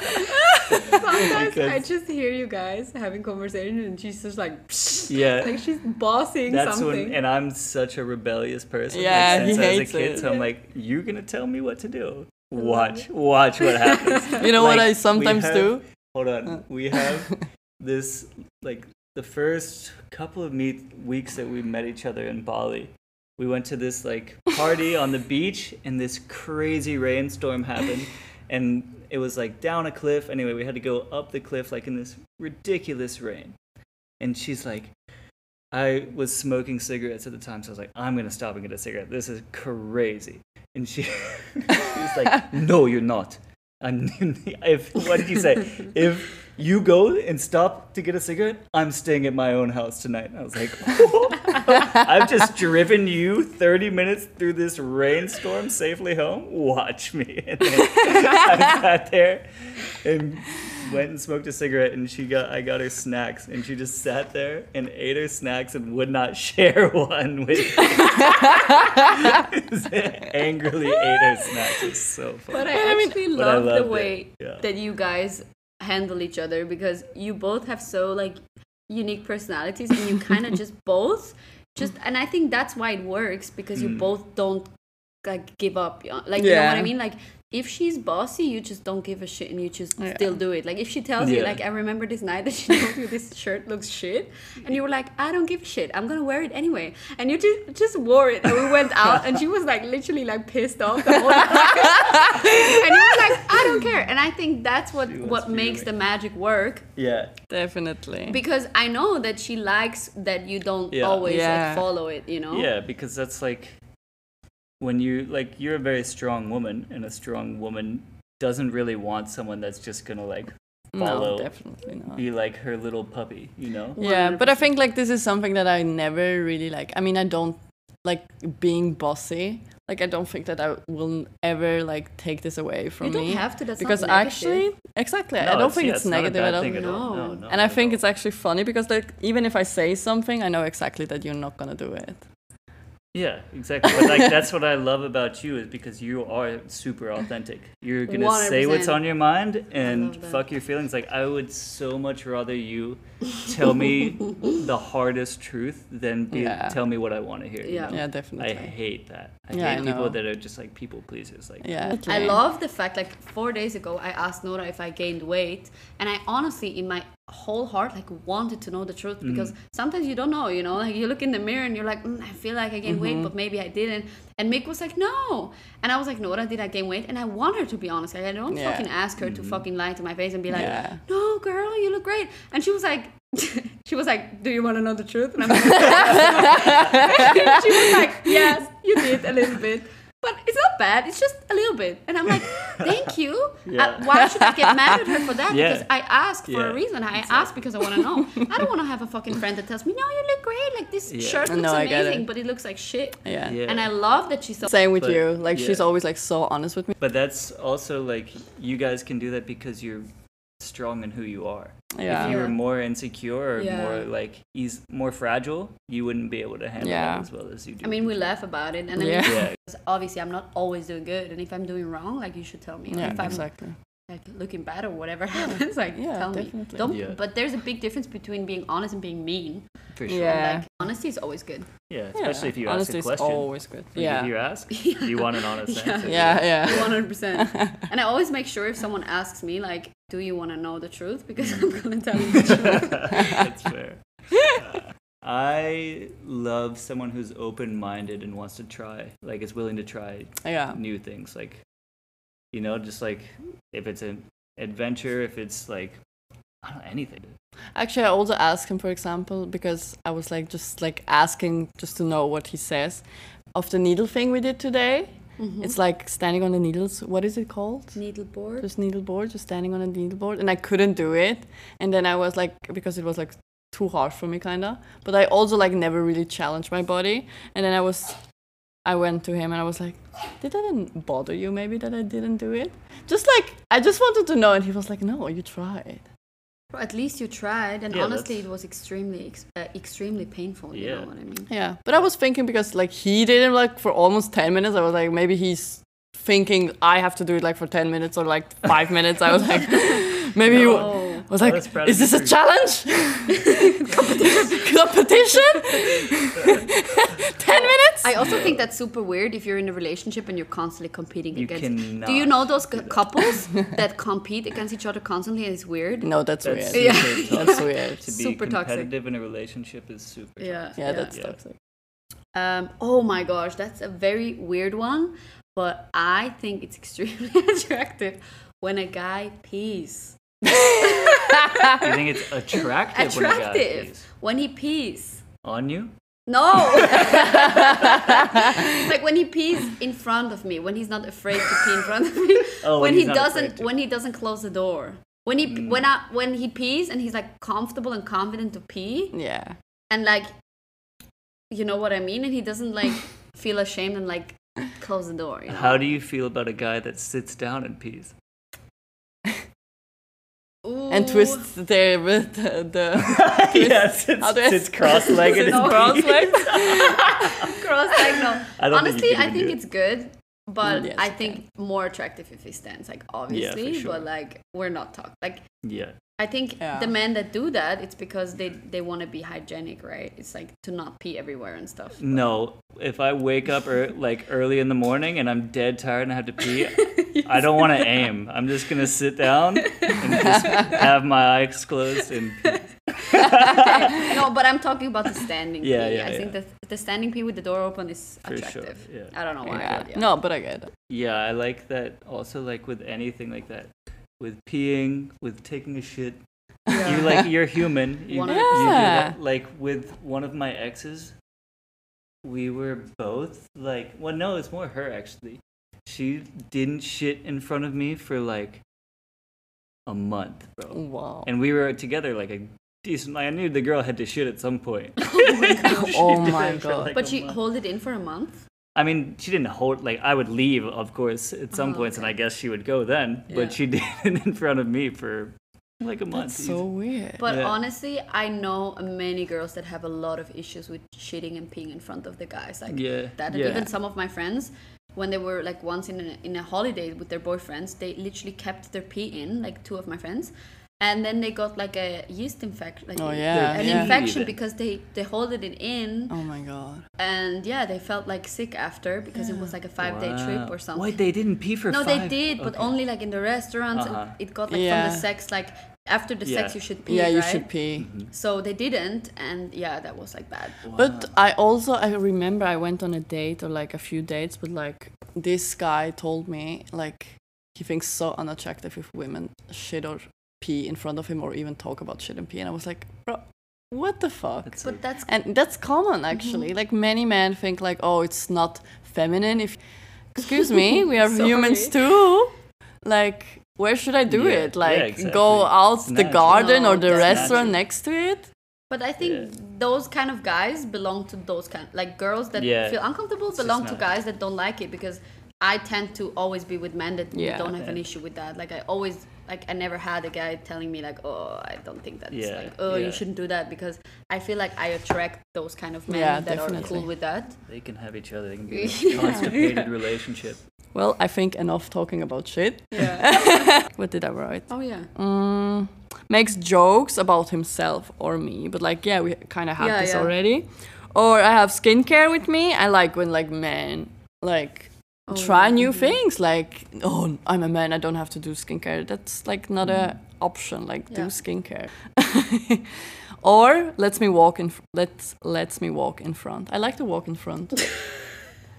B: Sometimes
C: Because-
B: I just hear you guys having conversation and she's just like, psh,
C: Yeah.
B: like she's bossing
C: That's
B: something.
C: when, and I'm such a rebellious person.
A: Yeah,
C: like,
A: he
C: since I was
A: hates
C: a kid,
A: it.
C: so I'm like, you're gonna tell me what to do. Watch, watch what happens.
A: You know what
C: Like,
A: I
C: we
A: sometimes
C: have-
A: do?
C: Hold
A: Uh.
C: on, we have this like the first couple of meet weeks that we met each other in Bali. We went to this like party on the beach, and this crazy rainstorm happened, and it was like down a cliff. Anyway, we had to go up the cliff like in this ridiculous rain, and she's like. I was smoking cigarettes at the time, so I was like, I'm gonna stop and get a cigarette. This is crazy. And she, she's like, No, you're not. I'm, if what did you say? If you go and stop to get a cigarette, I'm staying at my own house tonight. I was like, I've just driven you 30 minutes through this rainstorm safely home. Watch me. And then I sat there and went and smoked a cigarette and she got I got her snacks and she just sat there and ate her snacks and would not share one with angrily ate her snacks. It's so funny.
B: But I actually
C: But I
B: love the
C: loved it,
B: way
C: yeah.
B: that you guys handle each other because you both have so like unique personalities and you kind of just both just
C: Mm.
B: and I think that's why it works because you both don't like give up y- like you know what I
A: Yeah.
B: mean like if she's bossy you just don't give a shit and you just
A: Yeah.
B: still do it like if she tells you
C: Yeah.
B: like I remember this night that she told you this shirt looks shit and you were like I don't give a shit I'm gonna wear it anyway and you just just wore it and we went out and she was like literally like pissed off the whole time and you were like, I don't care. And I think that's what
C: She was
B: what makes the
C: fuming.
B: magic work
C: yeah.
A: Definitely.
B: because I know that she likes that you don't
C: Yeah.
B: always
A: Yeah.
B: like follow it. You
A: Oh.
B: know.
C: Yeah, because that's like when you like you're a very strong woman, and a strong woman doesn't really want someone that's just gonna like
A: no,
C: follow.
A: definitely not.
C: be like her little puppy, you know?
A: Yeah, but I think like this is something that I never really like. I mean, I don't like being bossy. Like I don't think that I will ever like take this away from
B: You don't
A: me.
B: have to. That's not
A: because
B: negative.
A: actually, exactly, I
C: No,
A: don't think
C: yeah,
A: it's,
C: not a
A: negative
C: bad
A: at all.
C: thing all.
B: No.
C: No,
A: and I think it's actually funny because like even if I say something, I know exactly that you're not gonna do it.
C: yeah, exactly. But like that's what I love about you is because you are super authentic. You're gonna say what's
B: 100%.
C: on your mind and
B: love that.
C: fuck your feelings. Like I would so much rather you tell me the hardest truth than be,
A: Yeah.
C: tell me what I want to hear. you
B: Yeah.
C: know?
A: Yeah,
C: Oh, I
A: definitely.
C: hate that. I
A: Yeah, I
C: hate people
A: know.
C: that are just like people pleasers. Like
A: yeah,
B: I
A: definitely.
B: love the fact like four days ago I asked Nora if I gained weight and I honestly in my whole heart like wanted to know the truth
A: Mm-hmm.
B: because sometimes you don't know you know like you look in the mirror and you're like mm, I feel like I gained weight
A: Mm-hmm.
B: but maybe I didn't and Mick was like no and I was like Nora did I gain weight and I want her to be honest like I don't
A: Yeah. Mm-hmm.
B: fucking ask her to fucking lie to my face and be like
A: Yeah.
B: no girl you look great and she was like she was like do you want to know the truth and I'm like she was like yes you did a little bit but it's not bad. It's just a little bit. And I'm like, thank you.
C: Yeah.
B: Uh, why should I get mad at her for that?
C: Yeah.
B: Because I asked for a
C: Yeah.
B: reason. I asked because I want to know. I don't want to have a fucking friend that tells me, no, you look great. Like this
C: Yeah.
B: shirt
A: No,
B: looks
A: I get
B: amazing,
A: it.
B: but it looks like shit.
A: Yeah.
C: Yeah.
B: And I love that she's so.
A: Same with
C: But-
A: you. Like she's
C: yeah.
A: always like so honest with me.
C: But that's also like you guys can do that because you're strong in who you are. If you
A: Yeah.
C: were more insecure or
B: Yeah.
C: more like eas- more fragile, you wouldn't be able to handle
A: Yeah.
C: that as well as you do.
B: I mean, we laugh about it. And I mean,
A: Yeah.
C: yeah,
B: obviously, I'm not always doing good. And if I'm doing wrong, like, you should tell me. Like,
A: Yeah,
B: if I'm
A: exactly.
B: like, looking bad or whatever happens, like,
A: Yeah,
B: tell me.
A: definitely.
B: Don't,
C: Yeah.
B: But there's a big difference between being honest and being mean.
C: for sure. Yeah,
A: Yeah.
B: Like, honesty is always good.
C: especially if you
A: Honesty
C: ask a
A: is
C: question.
A: always good.
C: Like,
A: yeah.
C: If you ask, you want an honest
B: Yeah.
C: answer.
A: yeah. Yeah.
B: 100%. and I always make sure if someone asks me, like, do you want to know the truth? Because
C: Mm.
B: I'm going to tell you the truth.
C: That's fair. I love someone who's open-minded and wants to try, like is willing to try
A: Yeah.
C: new things like you know just like if it's an adventure if it's like i don't know anything
A: Actually, I also asked him, for example, because I was like just like asking just to know what he says of the needle thing we did today.
B: Mm-hmm.
A: It's like standing on the needles. What is it called?
B: Needleboard.
A: Just needleboard, just standing on a needleboard, and I couldn't do it. And then I was like, because it was like too hard for me, kinda. But I also like never really challenged my body. And then I was, I went to him and I was like, did that didn't bother you? Maybe that I didn't do it. Just like I just wanted to know, and he was like, no, you tried.
B: At least you tried, and
C: Yeah,
B: honestly,
C: that's-
B: it was extremely, ex- uh, extremely painful. You
C: Yeah.
B: know what I mean?
A: Yeah, but I was thinking because like he did it like for almost ten minutes. I was like, maybe he's thinking I have to do it like for ten minutes or like five minutes. I was like, maybe you
B: No.
A: was
C: that's
A: like,
C: probably
A: is this a
C: true.
A: challenge? Competition? ten minutes?
B: I also think that's super weird if you're in a relationship and you're constantly competing
C: You
B: against.
C: cannot
B: do you know those
C: do
B: c-
C: that.
B: couples that compete against each other constantly? And it's weird.
C: Mm.
A: no, that's,
C: that's
A: weird.
B: Yeah.
C: super toxic.
A: That's weird.
C: to be
B: Super toxic.
C: competitive in a relationship is super
B: Yeah.
C: toxic.
A: Yeah, that's
C: Yeah.
A: toxic.
B: Um, oh my gosh, that's a very weird one, but I think it's extremely attractive when a guy pees.
C: you think it's attractive, when a guy
B: Attractive
C: pees
B: when he pees.
C: on you
B: No. like when he pees in front of me, when he's not afraid to pee in front of me,
C: Oh, when
B: when
C: he's
B: he
C: not
B: doesn't
C: afraid to. Mm.
B: when he doesn't close the door. When he when I when he pees and he's like comfortable and confident to pee
A: Yeah.
B: and like you know what I mean and he doesn't like feel ashamed and like close the door, you know.
C: how do you feel about a guy that sits down and pees Oh.
A: And twists there with the, the
C: yes it's,
A: How do I-
C: cross-legged Oh
A: Sits cross
C: and pees.
A: legs.
B: cross like no.
C: I don't think you
B: Honestly,
C: can
B: I
C: do
B: think
C: it. Mm,
B: it's good, but
A: Yes,
B: I
A: you
B: think more attractive if he stands. Like obviously,
C: sure.
B: but like we're not talking. Like
C: yeah
B: I think
A: Yeah.
B: the men that do that, it's because they they want to be hygienic, right? It's like to not pee everywhere and stuff.
C: no if i wake up er- like early in the morning and i'm dead tired and i have to pee i don't want to aim i'm just gonna sit down and just have my eyes closed and pee.
B: no, but I'm talking about the standing
C: Yeah,
B: pee.
C: yeah,
B: I think the the standing pee with the door open is
C: sure,
B: attractive.
C: yeah.
B: I don't know why.
A: Yeah.
B: but
A: No, but I get it.
C: Yeah, I like that. Also, like with anything like that, with peeing, with taking a shit. You like you're human. You,
B: One
C: you
B: of-
C: do
A: Yeah.
C: that. Like with one of my exes, we were both like, well, no, it's more her actually. She didn't shit in front of me for like a month, bro.
A: Wow.
C: And we were together like a decent. Like I knew the girl had to shit at some point. She
A: Oh
C: did
A: my
C: it for,
A: God.
C: like,
B: But
C: a
B: she
C: month.
B: hold it in for a month.
C: I mean, she didn't hold like I would leave, of course, at some points, and I guess she would go then.
B: Yeah.
C: But she did it in front of me for like a month.
A: That's so weird.
B: But
C: Yeah.
B: honestly, I know many girls that have a lot of issues with shitting and peeing in front of the guys. Like
C: Yeah,
B: that. And
C: yeah.
B: Even some of my friends, when they were like once in a, in a holiday with their boyfriends, they literally kept their pee in. Like two of my friends. And then they got like a yeast infection, like
A: Oh,
B: a-
A: yeah,
B: an
A: yeah.
B: infection
C: Even.
B: because they they holded it in,
A: oh my god.
B: and yeah, they felt like sick after because it was like a five day trip
C: Wow.
B: or something.
C: Wait, they didn't pee for
B: No,
C: five. Oh,
B: they did, but
C: Okay.
B: only like in the restaurants. and
C: Uh-huh.
B: It got like from
A: Yeah.
B: the sex, like after the sex,
C: Yeah.
B: you should pee.
A: Yeah, you
B: right?
A: should pee.
B: So they didn't, and yeah, that was like bad.
A: But I also I remember I went on a date or like a few dates, but like this guy told me like he thinks so unattractive if women shit or pee in front of him or even talk about shit and pee, and I was like, bro, what the fuck?
C: That's
B: But that's Mm-hmm.
A: and that's common actually. Like many men think like, oh, it's not feminine if excuse me, we are humans too. Like, where should I do
C: Yeah,
A: it? Like,
C: yeah, exactly.
A: go out
C: It's
A: the
C: natural.
A: garden or
B: No,
A: the
B: that's
A: restaurant
C: natural.
A: next to it?
B: But I think those kind of guys belong to those kind, like girls that
C: Yeah.
B: feel uncomfortable
C: just
B: belong to
C: not-
B: guys that don't like it because I tend to always be with men that
A: Yeah.
B: don't have an
C: Yeah.
B: issue with that. Like I always, like I never had a guy telling me like, oh, I don't think that's
C: Yeah,
B: like, oh,
C: yeah.
B: you shouldn't do that because I feel like I attract those kind of men
A: Yeah,
B: that are
A: definitely.
B: cool with that.
C: They can have each other. They can be in a constipated relationship.
A: Well, I think enough talking about shit.
B: Yeah.
A: What did I write?
B: oh yeah.
A: Mm, makes jokes about himself or me, but like, yeah, we kind of had
B: Yeah,
A: this
B: yeah.
A: already. Or I have skincare with me. I like when like men like
B: Oh,
A: try new things. Like, oh, I'm a man. I don't have to do skincare. That's like not a option. Like, do
B: Mm. Yeah.
A: skincare. or lets me walk in. Fr- lets lets me walk in front. I like to walk in front.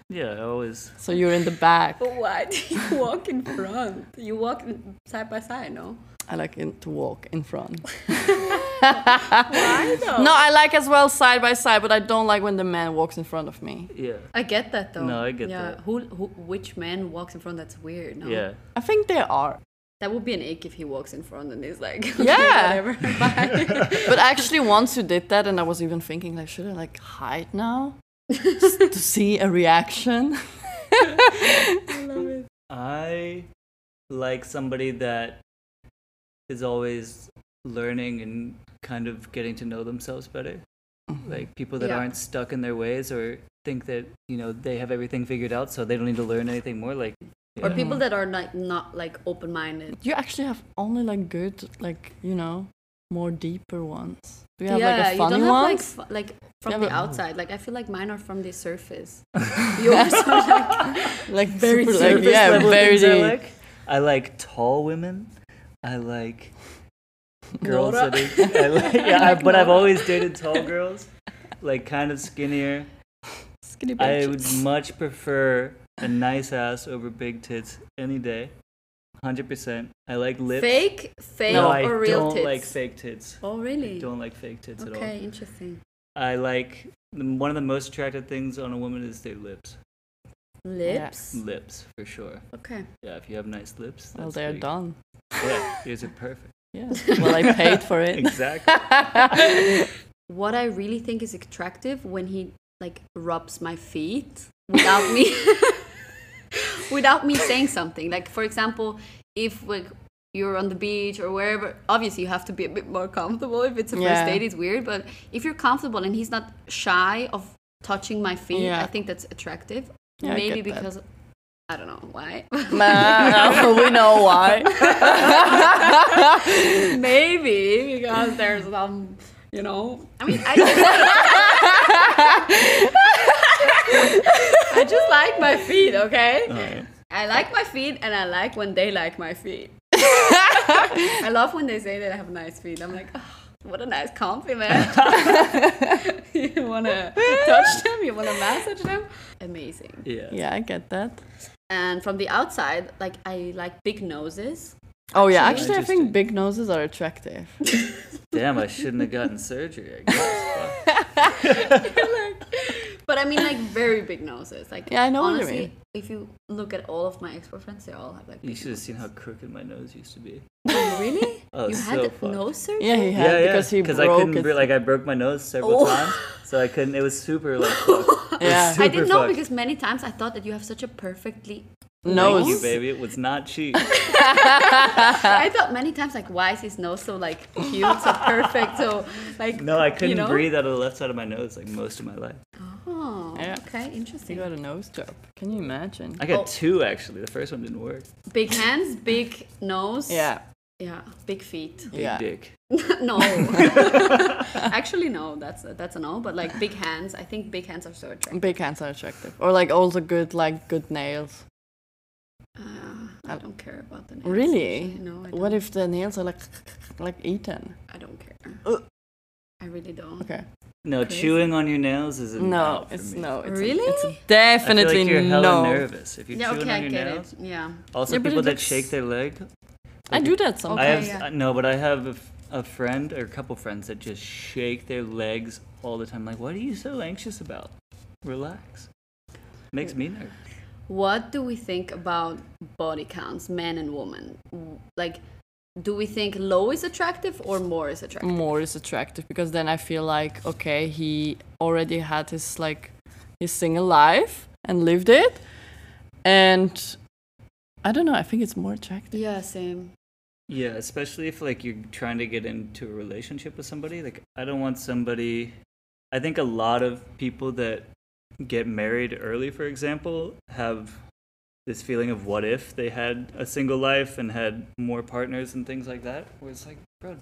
C: Yeah, I always.
A: so you're in the back.
B: But why do you walk in front? You walk in- side by side, no?
A: I like in, to walk in front.
B: Why though?
A: No, I like as well side by side, but I don't like when the man walks in front of me.
C: Yeah.
B: I get that though.
C: No, I get
B: yeah.
C: that.
B: Who, who, which man walks in front? That's weird. No?
C: Yeah.
A: I think they are.
B: That would be an ick if he walks in front and is like,
A: Yeah.
B: yeah, whatever. Bye.
A: But actually, once you did that, and I was even thinking, like, should I like hide now S- to see a reaction?
C: I like somebody that is always learning and kind of getting to know themselves better. Like people that
B: Yeah.
C: aren't stuck in their ways or think that, you know, they have everything figured out so they don't need to learn anything more. Like,
B: or
C: yeah.
B: people that are like not like open minded.
A: You actually have only like good, like you know, more deeper ones. Do you have
B: yeah,
A: like a
B: you
A: funny
B: don't have like,
A: ones?
B: fu- like from
A: Yeah,
B: the
A: but-
B: outside. Like I feel like mine are from the surface. Yours are like
A: Like, very
B: super,
A: like,
C: surface
A: yeah,
C: level
A: very
C: things I
A: deep.
C: like. I like tall women. I like girls
B: Nora.
C: that are, I like, yeah, I, but I've always dated tall girls, like kind of skinnier.
A: Skinny
C: I
A: bitches.
C: would much prefer a nice ass over big tits any day. 100%. I like lips.
B: fake, fake
C: no,
B: or
C: I
B: real
C: don't
B: tits.
C: like fake tits.
B: Oh
C: I
B: really?
C: don't like fake tits at
B: Okay, interesting.
C: all. I like one of the most attractive things on a woman is their lips.
B: Lips.
C: Lips, for sure.
B: Okay.
C: Yeah, if you have nice lips,
A: well,
C: that's
A: they're
C: big.
A: done.
C: Yeah, yours are perfect.
A: Yeah. Well, I paid for it.
C: Exactly.
B: What I really think is attractive when he like rubs my feet without me without me saying something. Like for example, if like you're on the beach or wherever, obviously you have to be a bit more comfortable. If it's a
A: Yeah.
B: first date, it's weird. But if you're comfortable and he's not shy of touching my feet,
A: Yeah.
B: I think that's attractive.
A: Yeah, I
B: Maybe
A: get that.
B: because I don't know why.
A: Nah, we know why.
B: Maybe because there's some, you know. I mean, I just, I just like my feet, okay?
C: Alright.
B: I like my feet, and I like when they like my feet. I love when they say that I have nice feet. I'm like, "Ah, what a nice compliment. you wanna touch them? You wanna massage them? Amazing.
C: Yeah.
A: Yeah, I get that.
B: And from the outside, like I like big noses.
A: Oh yeah, actually, I
C: Interesting.
A: think big noses are attractive.
C: Damn, I shouldn't have gotten surgery. I guess. Fuck.
B: But I mean, like very big noses. Like
A: Yeah, I know what you
B: honestly,
A: mean.
B: If you look at all of my ex boyfriends, they all have like.
C: You
B: big
C: should have seen how crooked my nose used to be.
B: noses. really?
C: Oh,
B: you
C: it's
B: had
C: so
B: the
C: fucked.
B: nose surgery?
A: Yeah, he had because he
C: I
A: broke
C: couldn't
A: it.
C: re- like I broke my nose several
B: Oh.
C: times, so I couldn't. It was super like fucked. It was
A: Yeah. I
B: I
C: super
B: didn't know
C: fucked.
B: because many times I thought that you have such a perfectly.
A: nose.
C: Thank you, baby. It was not cheap.
B: I thought many times like why is his nose so like cute, so perfect, so like.
C: No, I couldn't
B: know?
C: breathe out of the left side of my nose like most of my life.
B: Oh,
A: Yeah.
B: okay,
A: You
B: interesting.
A: got a nose job. Can you imagine?
C: I got
B: Oh.
C: two actually. The first one didn't work.
B: Big hands, big nose.
A: Yeah,
B: Yeah, big feet.
C: Big
A: yeah.
C: dick.
B: no. Actually, no. That's that's a no. But like big hands, I think big hands are so attractive.
A: Big hands are attractive, or like also good like good nails.
B: Uh, I don't care about the nails.
A: Really?
B: actually. No, I don't,
A: What if the nails are like like eaten?
B: I don't care.
A: Ugh.
B: I really don't.
A: Uh. Okay.
C: No,
B: Crazy.
C: chewing on your nails is a
A: No,
C: no for
A: it's
C: me.
A: no. It's
B: Really?
A: it's
C: I feel like
A: definitely
C: you're hella
A: no.
C: nervous if you're
B: Yeah,
C: chewing
B: okay,
C: on
B: I
C: your
B: get
C: nails.
B: it. Yeah.
C: Also,
A: Yeah, but it
C: people that
A: looks-
C: shake their leg.
A: I do that sometimes.
C: I
B: Okay,
C: have
B: yeah.
C: uh, no, but I have a, f- a friend or a couple friends that just shake their legs all the time. Like, what are you so anxious about? Relax. Makes me nervous.
B: what do we think about body counts, man and woman? Like, do we think low is attractive or more is attractive?
A: More is attractive because then I feel like okay, he already had his like his single life and lived it, and I don't know. I think it's more attractive.
B: Yeah, same.
C: Yeah, especially if like you're trying to get into a relationship with somebody. Like I don't want somebody I think a lot of people that get married early, for example, have this feeling of what if they had a single life and had more partners and things like that. Where it's like, bro,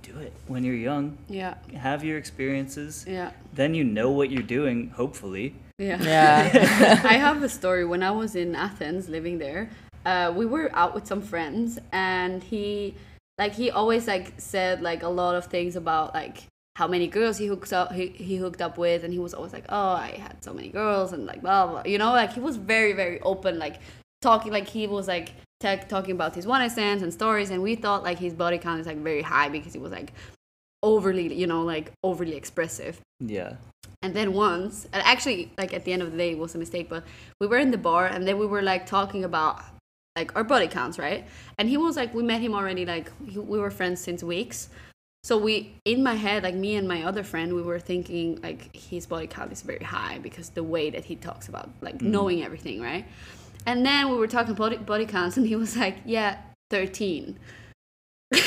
C: do it when you're young.
B: Yeah,
C: Have your experiences.
B: yeah,
C: Then you know what you're doing, hopefully.
B: yeah.
A: Yeah.
B: I have a story. When I was in Athens, living there, uh, we were out with some friends, and he, like, he always like said like a lot of things about like how many girls he hooked up he, he hooked up with, and he was always like, oh, I had so many girls, and like blah blah. You know, like he was very very open, like talking, like he was like tech talking about his one night stands and stories, and we thought like his body count is like very high because he was like overly, you know, like overly expressive.
C: Yeah.
B: And then once, and actually, like at the end of the day, it was a mistake, but we were in the bar and then we were like talking about like our body counts, right? And he was like, we met him already, like he, we were friends since weeks. So we, in my head, like me and my other friend, we were thinking like his body count is very high because the way that he talks about like knowing everything, right? And then we were talking body, body counts and he was like, yeah, 13. and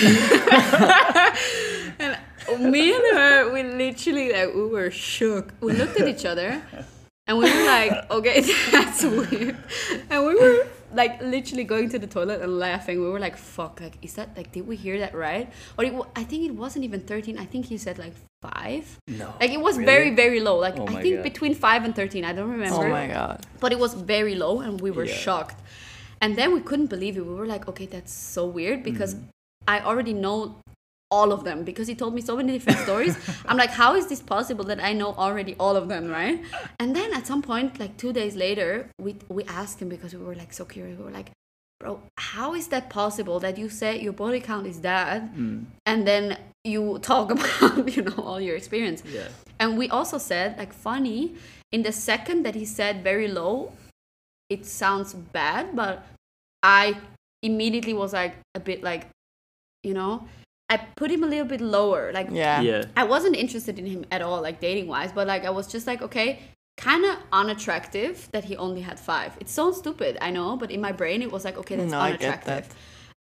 B: me and her, we literally like we were shook. We looked at each other, and we were like, "Okay, that's weird." And we were like literally going to the toilet and laughing. We were like, "Fuck! Like, is that like? Did we hear that right?" Or it, wa- I think it wasn't even thirteen. I think he said like five.
C: No.
B: Like it was
C: Really?
B: very very low. Like
C: Oh
B: I
C: my
B: think
C: God.
B: between five and thirteen. I don't remember
A: oh my god.
B: but it was very low and we were
C: Yeah.
B: shocked and then we couldn't believe it we were like okay that's so weird because i already know all of them because he told me so many different stories i'm like how is this possible that i know already all of them right and then at some point like two days later we we asked him because we were like so curious we were like bro how is that possible that you say your body count is that
C: Mm.
B: and then you talk about you know all your experience
C: Yeah.
B: and we also said, like, funny, in the second that he said very low, it sounds bad, but I immediately was like a bit like, you know, I put him a little bit lower. Like,
A: Yeah.
C: Yeah.
B: I wasn't interested in him at all, like dating wise, but like I was just like, okay, kind of unattractive that he only had five. It sounds stupid, I know, but in my brain it was like, okay, that's
A: No, I get
B: unattractive.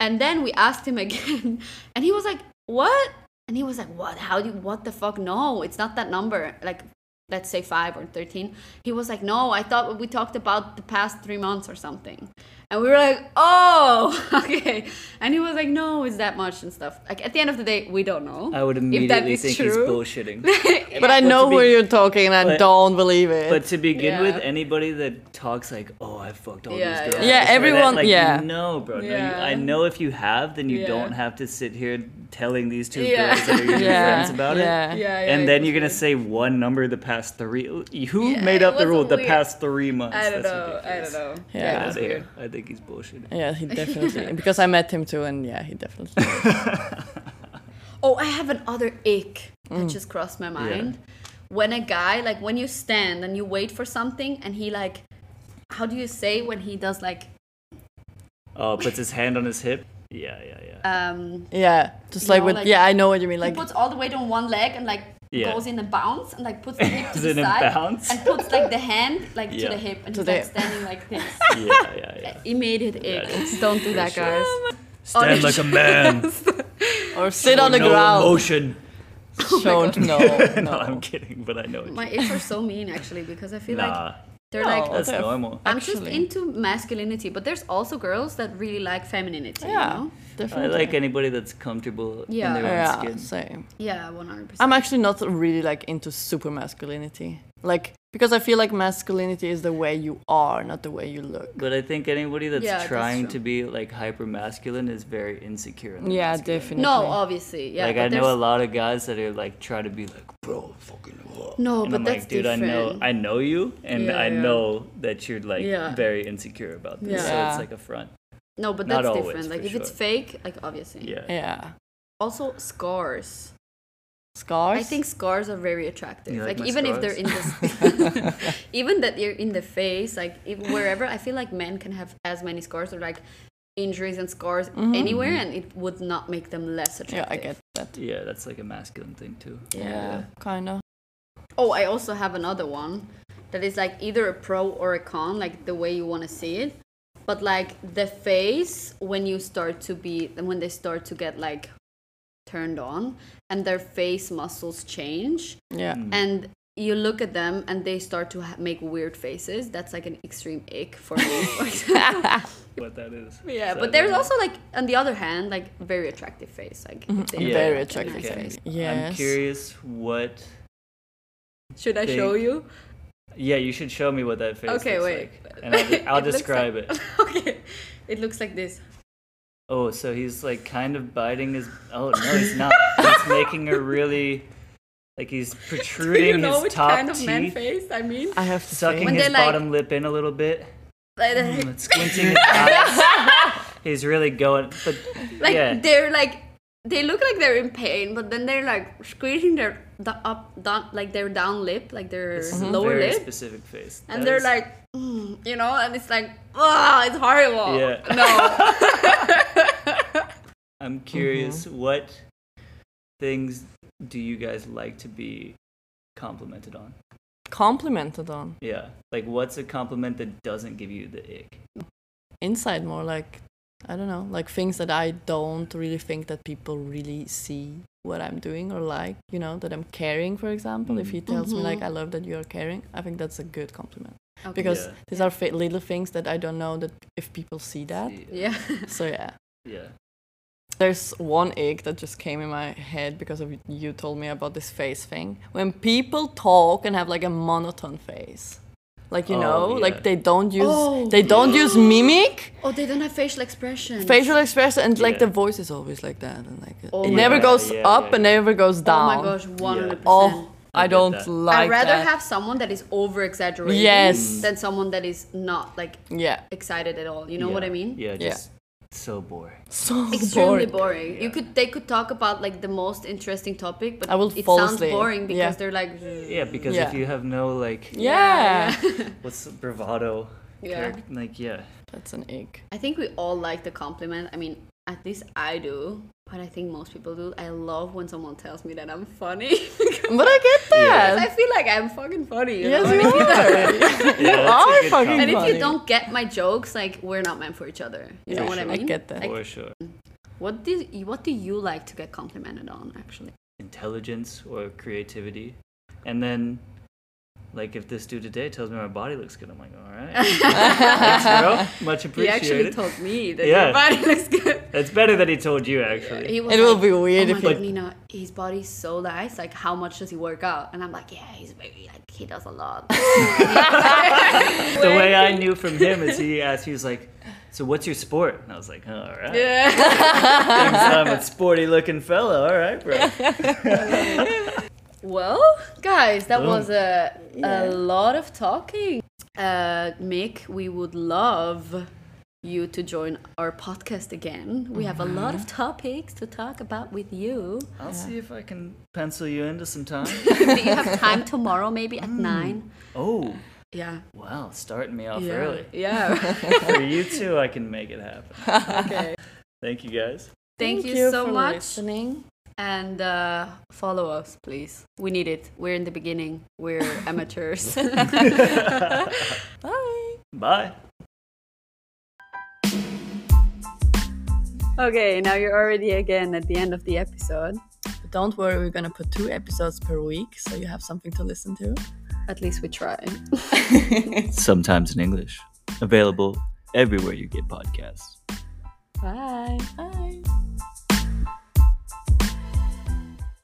B: And then we asked him again, and he was like, what? And he was like, what? How do you, what the fuck? No, it's not that number. Like, let's say five or 13. He was like, no, I thought we talked about the past three months or something. And we were like, oh, okay. And he was like, no, it's that much and stuff. Like, at the end of the day, we don't know.
C: I would
B: if that
C: immediately
B: is
C: think he's
B: true.
C: bullshitting.
A: But I
C: But to
A: know who
C: be-
A: you're talking, and I
C: but-
A: don't believe it.
C: But to begin with,
B: Yeah.
C: anybody that talks like, "Oh, I fucked all
B: Yeah,
C: these girls,"
B: yeah.
A: Yeah,
C: I swear
A: everyone-
C: like,
A: yeah.
C: no, bro, no, you,
B: Yeah.
C: I know if you have, then you
B: Yeah.
C: don't have to sit here telling these two
B: Yeah.
C: girls that are your
A: yeah.
C: friends about it.
A: yeah.
B: yeah,
C: and then you're gonna
B: exactly.
C: say one number the past three. Who
B: Yeah,
C: made up
B: it
C: the
B: was
C: rule? The
B: weird.
C: past three months.
B: I don't
C: That's
B: know. I
C: ridiculous.
B: don't know.
A: Yeah.
B: Yeah,
C: Outta
B: that's
C: here.
B: weird.
C: I think he's bullshitting.
A: Yeah, he definitely. because I met him too, and yeah, he definitely.
B: Oh, I have another ick
C: Mm.
B: that just crossed my mind. When a guy, like when you stand and you wait for something and he like how do you say when he does like
C: Oh, puts his hand on his hip. Yeah, yeah, yeah.
B: um
A: Yeah, just
B: You
A: like
B: know,
A: with.
B: like-
A: yeah, I know what you mean.
B: he
A: Like,
B: puts all the weight on one leg and like
C: Yeah.
B: goes in a bounce and like puts the hip to
C: Is
B: the
C: it a
B: side
C: bounce?
B: and puts like the hand like
C: Yeah.
B: to the hip and
A: To
B: he's
A: the
B: like
A: hip.
B: standing like this.
C: yeah, yeah, yeah.
B: Immediate ick. Don't do that
C: sure.
B: guys.
C: Stand like a man.
A: or sit on the
C: Oh, no
A: ground.
C: emotion.
A: Don't know.
C: no,
A: No.
C: I'm kidding, but I know. What you-
B: My icks are so mean actually because I feel like
C: nah,
B: they're
A: No.
B: like
C: that's
A: they're-
C: normal.
B: I'm just
A: Actually.
B: into masculinity, but there's also girls that really like femininity. Yeah. You
A: yeah,
B: know?
C: I
A: definitely.
C: like anybody that's comfortable
B: Yeah.
C: in their
A: Yeah,
C: own skin.
A: same.
B: Yeah, one hundred percent.
A: I'm actually not really like into super masculinity, like because I feel like masculinity is the way you are, not the way you look.
C: But I think anybody that's
B: Yeah, that's
C: trying
B: true.
C: to be like hyper masculine is very insecure. In their
A: Yeah,
C: masculinity.
A: definitely.
B: No, obviously, yeah.
C: like
B: but
C: I know
B: there's-
C: a lot of guys that are like trying to be like, bro, fucking. Whoa.
B: No,
C: and
B: but
C: I'm
B: that's
C: like, dude, I know,
B: different.
C: I know you, and
B: Yeah,
C: I
B: yeah.
C: know that you're like
B: Yeah.
C: very insecure about this. So
A: Yeah.
C: it's like a front.
B: No, but
C: Not
B: that's
C: always,
B: different. Like
C: for
B: if it's
C: sure.
B: fake, like obviously.
C: Yeah.
A: Yeah.
B: Also scars.
A: Scars?
B: I think scars are very attractive.
C: You like
B: like
C: my
B: even if they're in the, even that you're in the face, like if, wherever. I feel like men can have as many scars or like injuries and scars anywhere,
C: Mm-hmm.
B: and it would not make them less
A: Mm-hmm. Yeah,
B: attractive.
A: I get that.
C: Yeah, that's like a masculine thing too.
A: Yeah, kind of.
B: Oh, I also have another one that is like either a pro or a con, like the way you want to see it. But like the face when you start to be when they start to get like turned on and their face muscles change
A: Yeah.
C: Hmm. Mm-hmm.
B: and you look at them and they start to ha- make weird faces. That's like an extreme ick for me. for example.
C: What that is.
B: yeah,
C: So
B: but
C: I
B: there's
C: don't
B: also like on the other hand, like very attractive face. Like if they
A: Mhm.
B: have
A: Very
B: a
A: attractive
B: nice
C: know. Okay.
A: face.
C: I'm
A: Yes.
C: curious what.
B: Should I
C: They-
B: show you?
C: Yeah, you should show me what that face.
B: Okay,
C: looks
B: wait.
C: Like, and I'll, de- I'll
B: It looks
C: describe
B: like-
C: it.
B: okay. It looks like this.
C: Oh, so he's like kind of biting his. Oh no, he's not. he's making a really, like he's
B: Do
C: protruding
B: you know
C: his
B: which
C: top
B: kind of man
C: teeth, Mm,
B: face I mean?
A: I have to
C: sucking
A: think.
B: When
C: his
B: they, like-
C: bottom lip in a little bit,
B: Like, they're-
C: and squinting his eyes. He's really going, but
B: like
C: yeah,
B: they're like they look like they're in pain, but then they're like squeezing their the up down like their down lip, like their
C: it's a
B: lower
C: Mm-hmm. very
B: lip.
C: specific face.
B: and
C: That
B: they're
C: is-
B: like, "Mm," you know, and it's like, oh, it's horrible.
C: Yeah.
B: No.
C: I'm curious, what things do you guys like to be complimented on?
A: Complimented on.
C: Yeah, like what's a compliment that doesn't give you the ick?
A: Inside more like, I don't know, like things that I don't really think that people really see what I'm doing or like, you know, that I'm caring, for example. If he tells
B: Mm-hmm.
A: me, like, I love that you're caring, I think that's a good compliment. Because
C: Yeah.
A: these are fa- little things that I don't know that if people see that.
B: yeah.
A: So, yeah.
C: Yeah.
A: There's one ick that just came in my head because of you told me about this face thing. When people talk and have like a monotone face, like you
C: Oh,
A: know,
C: yeah.
A: like they don't use
B: Oh.
A: they don't use mimic
B: Oh, they don't have facial expression.
A: facial expression and like
C: Yeah.
A: the voice is always like that and like
B: Oh
A: it
B: my
A: never
C: God.
A: goes
C: Yeah,
A: up
C: yeah,
A: and never goes
B: Oh
A: down.
B: my gosh, one hundred percent.
A: Oh,
C: I
A: I
C: get
A: don't
C: that.
A: like
B: I'd rather
A: that.
B: have someone that is over exaggerating
A: Yes.
B: than someone that is not like
A: yeah,
B: excited at all. You know what I
C: Yeah.
B: mean?
C: Yeah,
A: Yeah.
C: just so boring.
A: so
B: Extremely boring.
A: boring.
B: You could they could talk about like the most interesting topic, but
A: I will
B: it
A: fall
B: sounds
A: asleep.
B: boring because
A: Yeah.
B: they're like
C: Yeah, because if
A: Yeah.
C: you have no like
A: Yeah.
C: what's bravado
B: Yeah.
C: character- like yeah.
A: that's an ick.
B: I think we all like the compliment. I mean, at least I do, but I think most people do. I love when someone tells me that I'm funny.
A: But I get that.
B: I feel like I'm fucking funny. You
A: Yes,
B: know?
A: you are. you
C: that's a
A: are
C: good
A: fucking
B: And if
A: funny.
B: you don't get my jokes, like we're not meant for each other. You know
C: For
B: what I
C: sure.
A: I
B: mean?
A: get that.
B: Like,
C: For sure.
B: what do you, what do you like to get complimented on? Actually,
C: Intelligence or creativity. And then like if this dude today tells me my body looks good, I'm like, all right. Thanks, bro. Much
B: he actually
C: appreciated.
B: told me that
C: Yeah.
B: your body looks good.
C: That's better that he told you actually.
B: He was
A: It will
B: like,
A: be weird
B: oh
A: if
B: my
A: you-
B: God, Nina, his body's so nice. Like, how much does he work out? And I'm like, yeah, he's very like he does a lot.
C: the way I knew from him is he asked, he was like, So what's your sport? And I was like, All right.
B: Yeah.
C: Thinks I'm a sporty looking fella. All right, bro.
B: well, guys, that
C: Boom.
B: was a a lot of talking. Uh, Mick, we would love you to join our podcast again. We have a lot
A: Mm-hmm.
B: of topics to talk about with you.
C: I'll see if I can pencil you into some time.
B: Do you have time tomorrow, maybe
A: Mm.
B: at nine?
C: Oh,
B: Yeah.
C: wow, starting me off
B: Yeah.
C: early.
B: Yeah.
C: For you two, I can make it happen.
B: okay.
C: Thank you guys.
B: Thank, you, so
A: for
B: much.
A: listening.
B: and uh, follow us, please. We need it. We're in the beginning. We're amateurs.
A: Bye.
C: Bye.
B: okay, now you're already again at the end of the episode.
A: But don't worry, we're gonna put two episodes per week, so you have something to listen to.
B: At least we try.
C: Sometimes in English. Available everywhere you get podcasts.
B: Bye.
A: Bye.